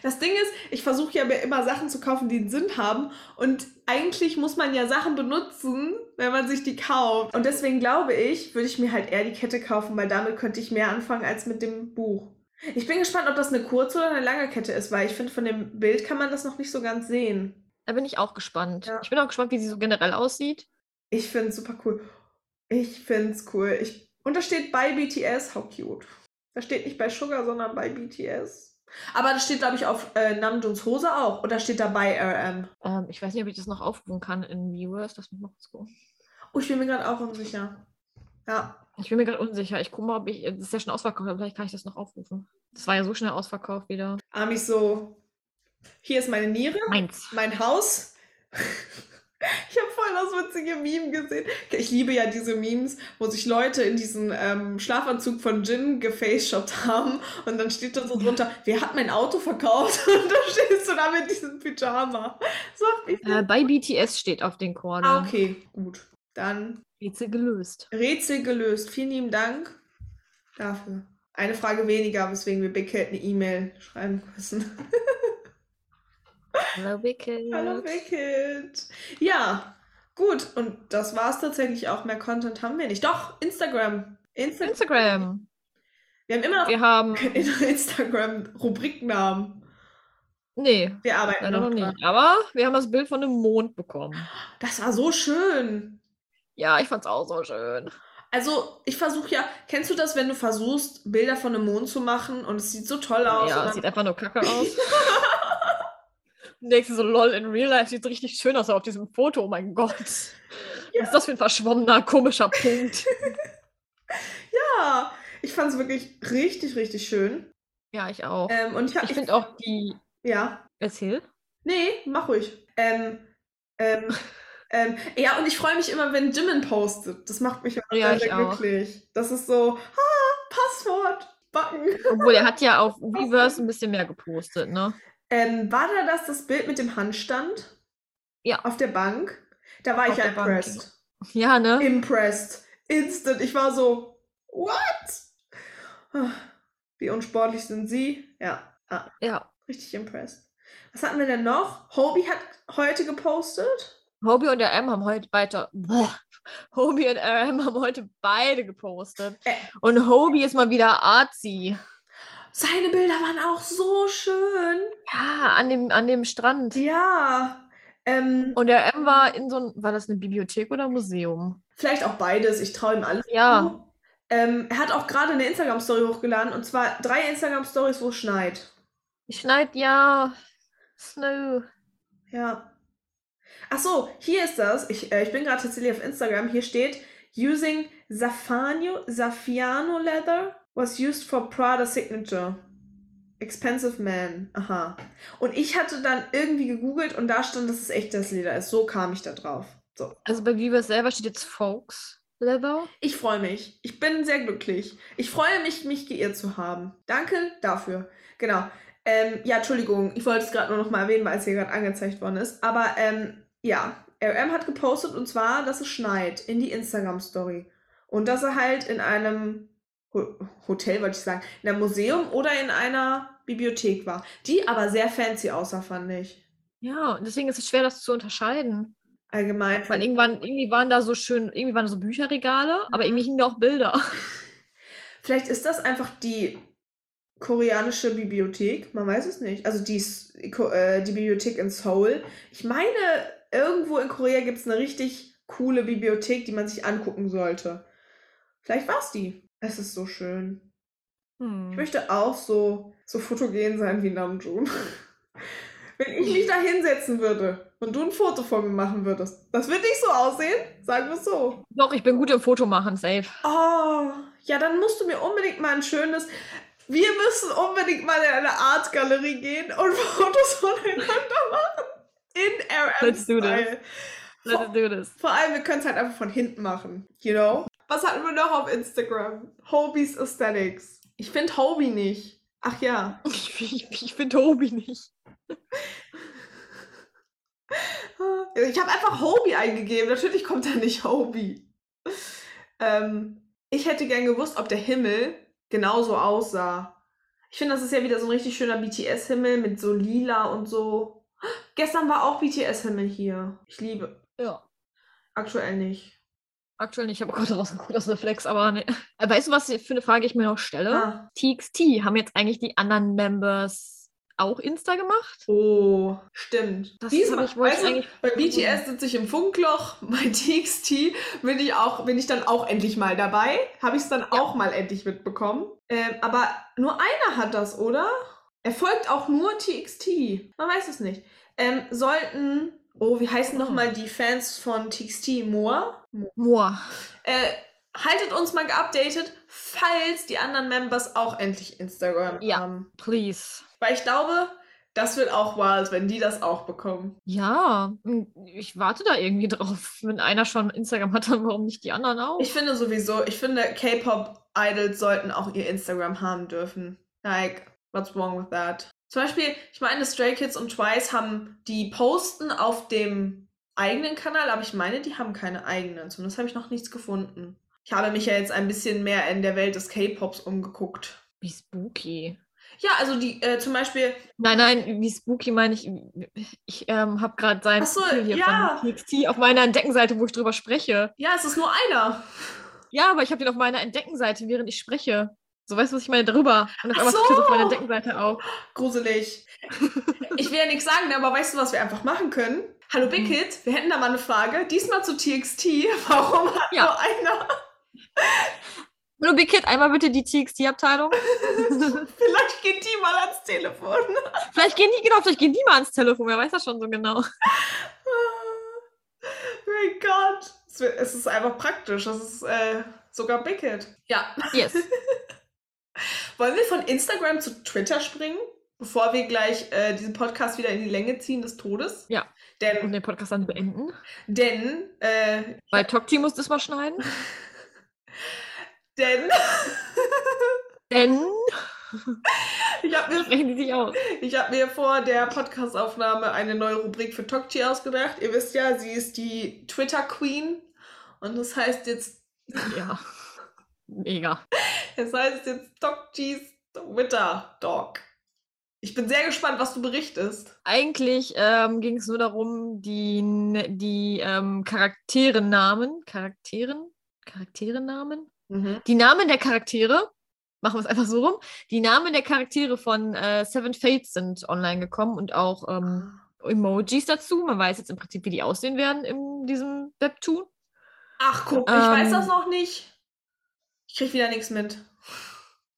Das Ding ist, ich versuche ja mir immer Sachen zu kaufen, die einen Sinn haben. Und eigentlich muss man ja Sachen benutzen, wenn man sich die kauft. Und deswegen glaube ich, würde ich mir halt eher die Kette kaufen, weil damit könnte ich mehr anfangen als mit dem Buch. Ich bin gespannt, ob das eine kurze oder eine lange Kette ist, weil ich finde, von dem Bild kann man das noch nicht so ganz sehen. Da bin ich auch gespannt. Ja. Ich bin auch gespannt, wie sie so generell aussieht. Ich find's super cool. Ich find's cool. Ich, und da steht bei BTS, how cute. Da steht nicht bei Sugar, sondern bei BTS. Aber das steht, glaube ich, auf äh, Namjoons Hose auch. Oder steht da bei RM? Ähm, ich weiß nicht, ob ich das noch aufrufen kann in Viewers. Lass mich mal kurz gucken. Oh, ich bin mir gerade auch unsicher. Ja. Ich bin mir gerade unsicher. Ich gucke mal, ob ich. äh, Das ist ja schon ausverkauft, aber vielleicht kann ich das noch aufrufen. Das war ja so schnell ausverkauft wieder. Army ist so. Hier ist meine Niere, Meins. mein Haus. Ich habe voll das witzige Meme gesehen. Ich liebe ja diese Memes, wo sich Leute in diesen ähm, Schlafanzug von Jin gefaceshoppt haben und dann steht da so drunter, wer hat mein Auto verkauft? Und da stehst du da mit diesem Pyjama. So, ich Äh, bei BTS steht auf den Korn. ah, okay, gut. Dann Rätsel gelöst. Rätsel gelöst. Vielen lieben Dank dafür. Eine Frage weniger, weswegen wir Big Cat eine E-Mail schreiben müssen. Hello, Wicked. Hallo Wicked. Ja, gut. Und das war's tatsächlich auch. Mehr Content haben wir nicht. Doch, Instagram. Insta Instagram. Wir haben immer noch Wir haben. keinen Instagram-Rubriknamen. Nee, Wir arbeiten leider noch noch dran. nicht. Aber wir haben das Bild von einem Mond bekommen. Das war so schön. Ja, ich fand's auch so schön. Also, ich versuche ja, kennst du das, wenn du versuchst, Bilder von einem Mond zu machen und es sieht so toll aus? ja, und sieht einfach nur kacke aus. Und denkst du so, lol, in real life sieht richtig schön aus, aber auf diesem Foto, oh mein Gott. Was ist das für ein verschwommener, komischer Punkt? ja Ah, ich fand es wirklich richtig, richtig schön. ja, ich auch. Ähm, und ich, hab- Oh, ich finde auch die. Ja. Erzähl. Nee, mach ruhig. Ähm, ähm, ähm, ja, und ich freue mich immer, wenn Jimin postet. Das macht mich immer Ja, sehr, ich sehr auch. glücklich. Das ist so, ha, Passwort, Backen. Obwohl, er hat ja auf Weverse ein bisschen mehr gepostet, ne? Ähm, war da das, das Bild mit dem Handstand? Ja. Auf der Bank? Da war Auf ich ja der Bank, impressed. Ja, ne? Impressed. Instant. Ich war so, what? Wie unsportlich sind sie? Ja, ah, Ja. richtig impressed. Was hatten wir denn noch? Hobie hat heute gepostet. Hobie und RM haben heute beide. Boah. Hobie und RM haben heute beide gepostet. Äh. Und Hobie ist mal wieder artsy. Seine Bilder waren auch so schön. Ja, an dem, an dem Strand. Ja. Ähm, Und der M war in so ein, war das eine Bibliothek oder ein Museum? vielleicht auch beides. Ich traue ihm alles. Ja, zu. Ähm, er hat auch gerade eine Instagram-Story hochgeladen und zwar drei Instagram-Stories, wo es schneit. ich schneid ja Snow. Ja. Ach so, hier ist das. Ich, äh, ich bin gerade tatsächlich auf Instagram. Hier steht, using Zafano, Zafiano leather was used for Prada signature. Expensive man. Aha. Und ich hatte dann irgendwie gegoogelt und da stand, dass es echt das Leder ist. So kam ich da drauf. So. Also bei Bieber selber steht jetzt Folks Leather. Ich freue mich. Ich bin sehr glücklich. Ich freue mich, mich geirrt zu haben. Danke dafür. Genau. Ähm, ja, Entschuldigung, ich wollte es gerade nur noch mal erwähnen, weil es hier gerade angezeigt worden ist. Aber ähm, ja, RM hat gepostet und zwar, dass es schneit in die Instagram-Story. Und dass er halt in einem Ho Hotel, wollte ich sagen, in einem Museum oder in einer Bibliothek war. Die aber sehr fancy aussah, fand ich. Ja, und deswegen ist es schwer, das zu unterscheiden. Allgemein. Weil irgendwann, irgendwie waren da so schön, irgendwie waren da so Bücherregale, aber irgendwie hingen da auch Bilder. Vielleicht ist das einfach die koreanische Bibliothek, man weiß es nicht. Also die, S- Ko- äh, die Bibliothek in Seoul. Ich meine, irgendwo in Korea gibt es eine richtig coole Bibliothek, die man sich angucken sollte. Vielleicht war es die. Es ist so schön. Ich Hm. möchte auch so, so fotogen sein wie Namjoon. Wenn ich mich da hinsetzen würde und du ein Foto von mir machen würdest, das wird nicht so aussehen, sagen wir es so. Doch, ich bin gut im Fotomachen, safe. Oh, ja, dann musst du mir unbedingt mal ein schönes. Wir müssen unbedingt mal in eine Artgalerie gehen und Fotos voneinander machen. In RM. Let's do this. Style. Let's do this. Vor allem, wir können es halt einfach von hinten machen. You know? Was hatten wir noch auf Instagram? Hobies Aesthetics. Ich finde Hobie nicht. Ach ja. Ich, ich, ich finde Hobie nicht. Ich habe einfach Hobie eingegeben. Natürlich kommt da nicht Hobie. Ähm, ich hätte gern gewusst, ob der Himmel genauso aussah. Ich finde, das ist ja wieder so ein richtig schöner BTS-Himmel mit so lila und so. Gestern war auch BTS-Himmel hier. Ich liebe. Ja. Aktuell nicht. Aktuell nicht, ich habe gerade rausgeguckt aus Reflex, aber ne. Äh, Weißt du, was für eine Frage ich mir noch stelle? Ah. TXT, haben jetzt eigentlich die anderen Members auch Insta gemacht? Oh, stimmt. Das Diesmal, hab ich, wollte weißt ich du, eigentlich. Bei BTS sitze ich im Funkloch, bei TXT bin ich, auch, bin ich dann auch endlich mal dabei. Habe ich es dann auch mal endlich mitbekommen. Ähm, aber nur einer hat das, oder? Er folgt auch nur TXT. Man weiß es nicht. Ähm, sollten, oh, wie heißen Hm. nochmal die Fans von TXT? Moa? Moa. Äh, haltet uns mal geupdatet, falls die anderen Members auch endlich Instagram Ja. haben. Please. Weil ich glaube, das wird auch wild, wenn die das auch bekommen. Ja, m, ich warte da irgendwie drauf. Wenn einer schon Instagram hat, dann warum nicht die anderen auch? Ich finde sowieso, ich finde K-Pop-Idols sollten auch ihr Instagram haben dürfen. Like, what's wrong with that? Zum Beispiel, ich meine, Stray Kids und Twice haben, die posten auf dem eigenen Kanal, aber ich meine, die haben keine eigenen. Zumindest habe ich noch nichts gefunden. Ich habe mich ja jetzt ein bisschen mehr in der Welt des K-Pops umgeguckt. Wie spooky. Ja, also die, äh, zum Beispiel, Nein, nein, wie spooky meine ich. Ich ähm, habe gerade sein Ach so, Profil hier ja. von TXT auf meiner Entdeckenseite, wo ich drüber spreche. ja, es ist nur einer. Ja, aber ich habe den auf meiner Entdeckenseite, während ich spreche. So weißt du, was ich meine drüber. Und auf Ach einmal taucht das auf meiner so. Entdeckenseite auf. Gruselig. Ich will ja nichts sagen, ne, aber weißt du, was wir einfach machen können? Hallo Mhm. Bickit, wir hätten da mal eine Frage. Diesmal zu TXT. Warum hat Ja. nur einer? Hallo Big Kid, einmal bitte die TXT-Abteilung. Vielleicht geht die mal ans Telefon. Vielleicht gehen die, genau, vielleicht gehen die mal ans Telefon, wer weiß das schon so genau. mein Gott. Es wird- Es ist einfach praktisch. Das ist äh, sogar Bickit. Ja. Yes. Wollen wir von Instagram zu Twitter springen? Bevor wir gleich äh, diesen Podcast wieder in die Länge ziehen des Todes? Ja. Und Denn, um den Podcast dann beenden. denn, äh, Weil Tokti muss das mal schneiden. denn, Denn ich habe mir sprechen die sich aus. Ich habe mir vor der Podcastaufnahme eine neue Rubrik für Tokti ausgedacht. Ihr wisst ja, sie ist die Twitter-Queen. Und das heißt jetzt, Ja. Mega. das heißt jetzt Toktis Twitter-Dog. Ich bin sehr gespannt, was du berichtest. Eigentlich ähm, ging es nur darum, die, N- die ähm, Charakterennamen, Charakteren, Charakterennamen, die Namen der Charaktere, machen wir es einfach so rum, die Namen der Charaktere von äh, Seven Fates sind online gekommen und auch ähm, Emojis dazu. Man weiß jetzt im Prinzip, wie die aussehen werden in diesem Webtoon. Ach, guck, ich Ähm. weiß das noch nicht. Ich krieg wieder nichts mit.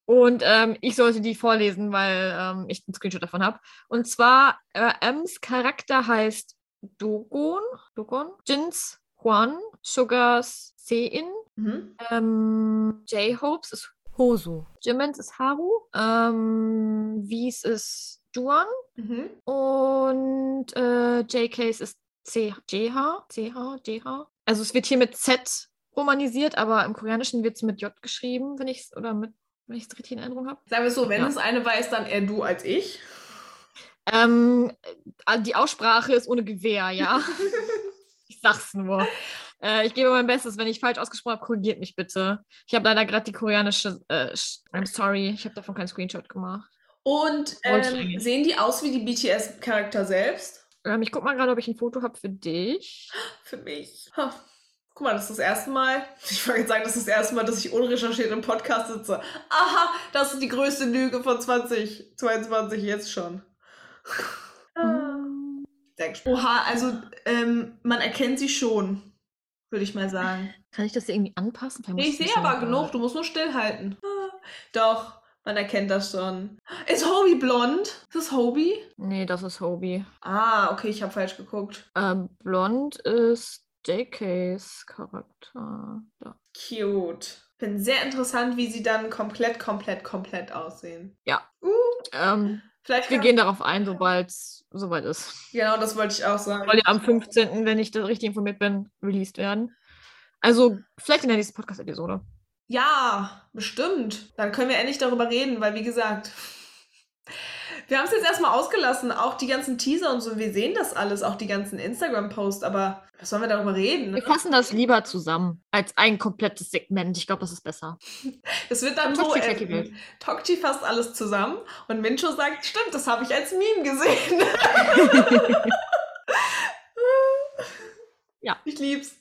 Und ähm, ich sollte die vorlesen, weil ähm, ich einen Screenshot davon habe. Und zwar, äh, Ms Charakter heißt Dogon, Dogon, Jins Juan, Sugars Sein, Mhm. ähm, J-Hopes ist Hosu. Jimmins ist Haru, ähm, Wies ist Juan Mhm. und äh, JKs ist C- JH, CH, JH. Also es wird hier mit Z romanisiert, aber im Koreanischen wird es mit J geschrieben, wenn ich es oder mit, wenn ich es richtig in Erinnerung habe. Sagen wir es so, wenn Ja. es eine weiß, dann eher du als ich. Ähm, äh, die Aussprache ist ohne Gewehr, ja. ich sag's nur. Äh, ich gebe mein Bestes. Wenn ich falsch ausgesprochen habe, korrigiert mich bitte. Ich habe leider gerade die koreanische. Äh, Sch- I'm sorry, ich habe davon keinen Screenshot gemacht. Und Wollte ich ähm, eigentlich. sehen die aus wie die BTS-Charakter selbst? Ähm, ich guck mal gerade, ob ich ein Foto habe für dich. Für mich. Ha. Guck mal, das ist das erste Mal. Ich wollte jetzt sagen, das ist das erste Mal, dass ich unrecherchiert im Podcast sitze. Aha, das ist die größte Lüge von 2022 jetzt schon. Ah. Sehr gespannt. Oha, also ähm, man erkennt sie schon, würde ich mal sagen. Kann ich das hier irgendwie anpassen? Vielleicht muss Ich ein sehe bisschen- aber genug, du musst nur stillhalten. Ah, Doch, man erkennt das schon. Ist Hobie blond? Ist das Hobie? Nee, das ist Hobie. Ah, okay, ich habe falsch geguckt. Ähm, blond ist JKs Charakter. Da. Cute. Bin sehr interessant, wie sie dann komplett, komplett, komplett aussehen. Ja. Uh, Ähm, vielleicht wir kann- gehen darauf ein, sobald es soweit ist. Genau, das wollte ich auch sagen. soll ja am 15., wenn ich da richtig informiert bin, released werden. Also vielleicht in der nächsten Podcast-Episode. Ja, bestimmt. Dann können wir endlich darüber reden, weil wie gesagt, wir haben es jetzt erstmal ausgelassen, auch die ganzen Teaser und so, wir sehen das alles, auch die ganzen Instagram-Posts, aber was sollen wir darüber reden? Wir fassen das lieber zusammen als ein komplettes Segment. Ich glaube, das ist besser. Es wird dann so Tokchi äh, Tokchi enden. Welt. Tokchi fasst alles zusammen und Mincho sagt, stimmt, das habe ich als Meme gesehen. Ja. Ich lieb's.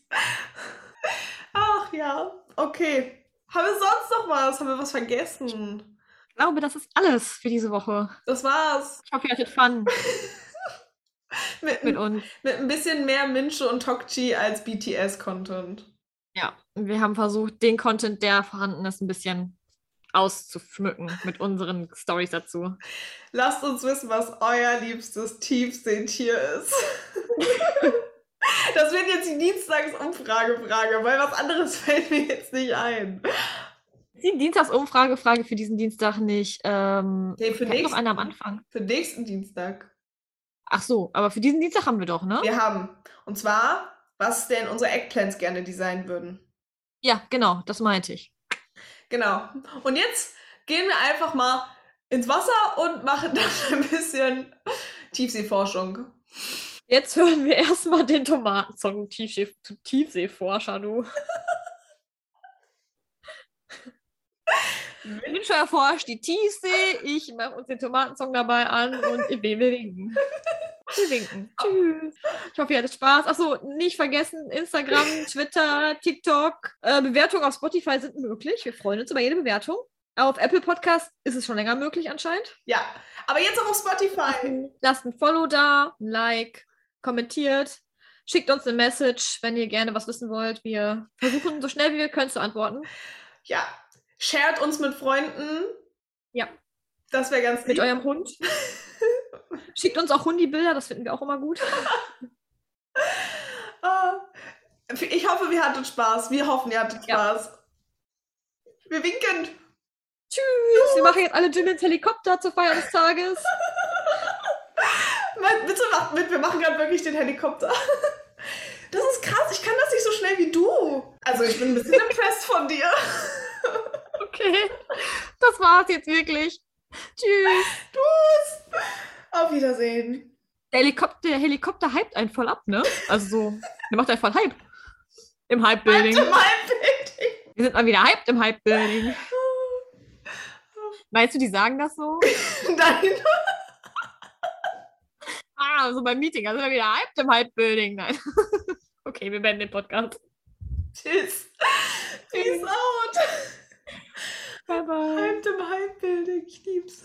Ach ja, okay. Haben wir sonst noch was? Haben wir was vergessen? Ich glaube, das ist alles für diese Woche. Das war's. Ich hoffe, ihr hattet Fun Mit, mit mit, uns. ein bisschen mehr Mincho und Tokchi als BTS-Content. Ja, wir haben versucht, den Content, der vorhanden ist, ein bisschen auszuschmücken mit unseren Stories dazu. Lasst uns wissen, was euer liebstes Tiefseetier ist. Das wird jetzt die Dienstagsumfrage-Frage, weil was anderes fällt mir jetzt nicht ein. Die Dienstagsumfrage, Frage für diesen Dienstag nicht. Ähm, Nee, für wir hatten noch nächsten, eine am Anfang. für nächsten Dienstag. Ach so, aber für diesen Dienstag haben wir doch, ne? Wir haben. Und zwar, was denn unsere Eggplants gerne designen würden. Ja, genau, das meinte ich. Genau. Und jetzt gehen wir einfach mal ins Wasser und machen dann ein bisschen Tiefseeforschung. Jetzt hören wir erstmal den Tomatensong Tiefsee, Tiefseeforscher, du. Mensch erforscht die Tiefsee, ich mache uns den Tomatensong dabei an und wir winken. Wir winken. Tschüss. Ich hoffe, ihr hattet Spaß. Achso, nicht vergessen, Instagram, Twitter, TikTok. Äh, Bewertungen auf Spotify sind möglich. Wir freuen uns über jede Bewertung. Auf Apple Podcast ist es schon länger möglich anscheinend. Ja. Aber jetzt auch auf Spotify. Lasst ein Follow da, ein Like, kommentiert, schickt uns eine Message, wenn ihr gerne was wissen wollt. Wir versuchen so schnell wie wir können zu antworten. Ja. Shared uns mit Freunden. Ja. Das wäre ganz Mit lieb. eurem Hund. Schickt uns auch Hundi-Bilder, das finden wir auch immer gut. Ah. Ich hoffe, wir hattet Spaß. Wir hoffen, ihr hattet Ja. Spaß. Wir winken. Tschüss, wir machen jetzt alle Jim ins Helikopter zur Feier des Tages. Mann, Bitte macht mit, wir machen gerade wirklich den Helikopter. Das ist krass, ich kann das nicht so schnell wie du. Also ich bin ein bisschen impressed von dir. Okay, das war's jetzt wirklich. Tschüss. Tschüss. Auf Wiedersehen. Der Helikopter, der Helikopter hypt einen voll ab, ne? Also so, der macht einen voll Hype. Im Hype-Building. Mein Bild. Wir sind mal wieder hyped im Hype-Building. Meinst du, die sagen das so? Nein. Ahnung, so beim Meeting. Also wieder hyped im Hype-Building. Nein. okay, wir beenden den Podcast. Tschüss. Peace out. Bye, bye. Hyped im Hype-Building. Ich lieb's.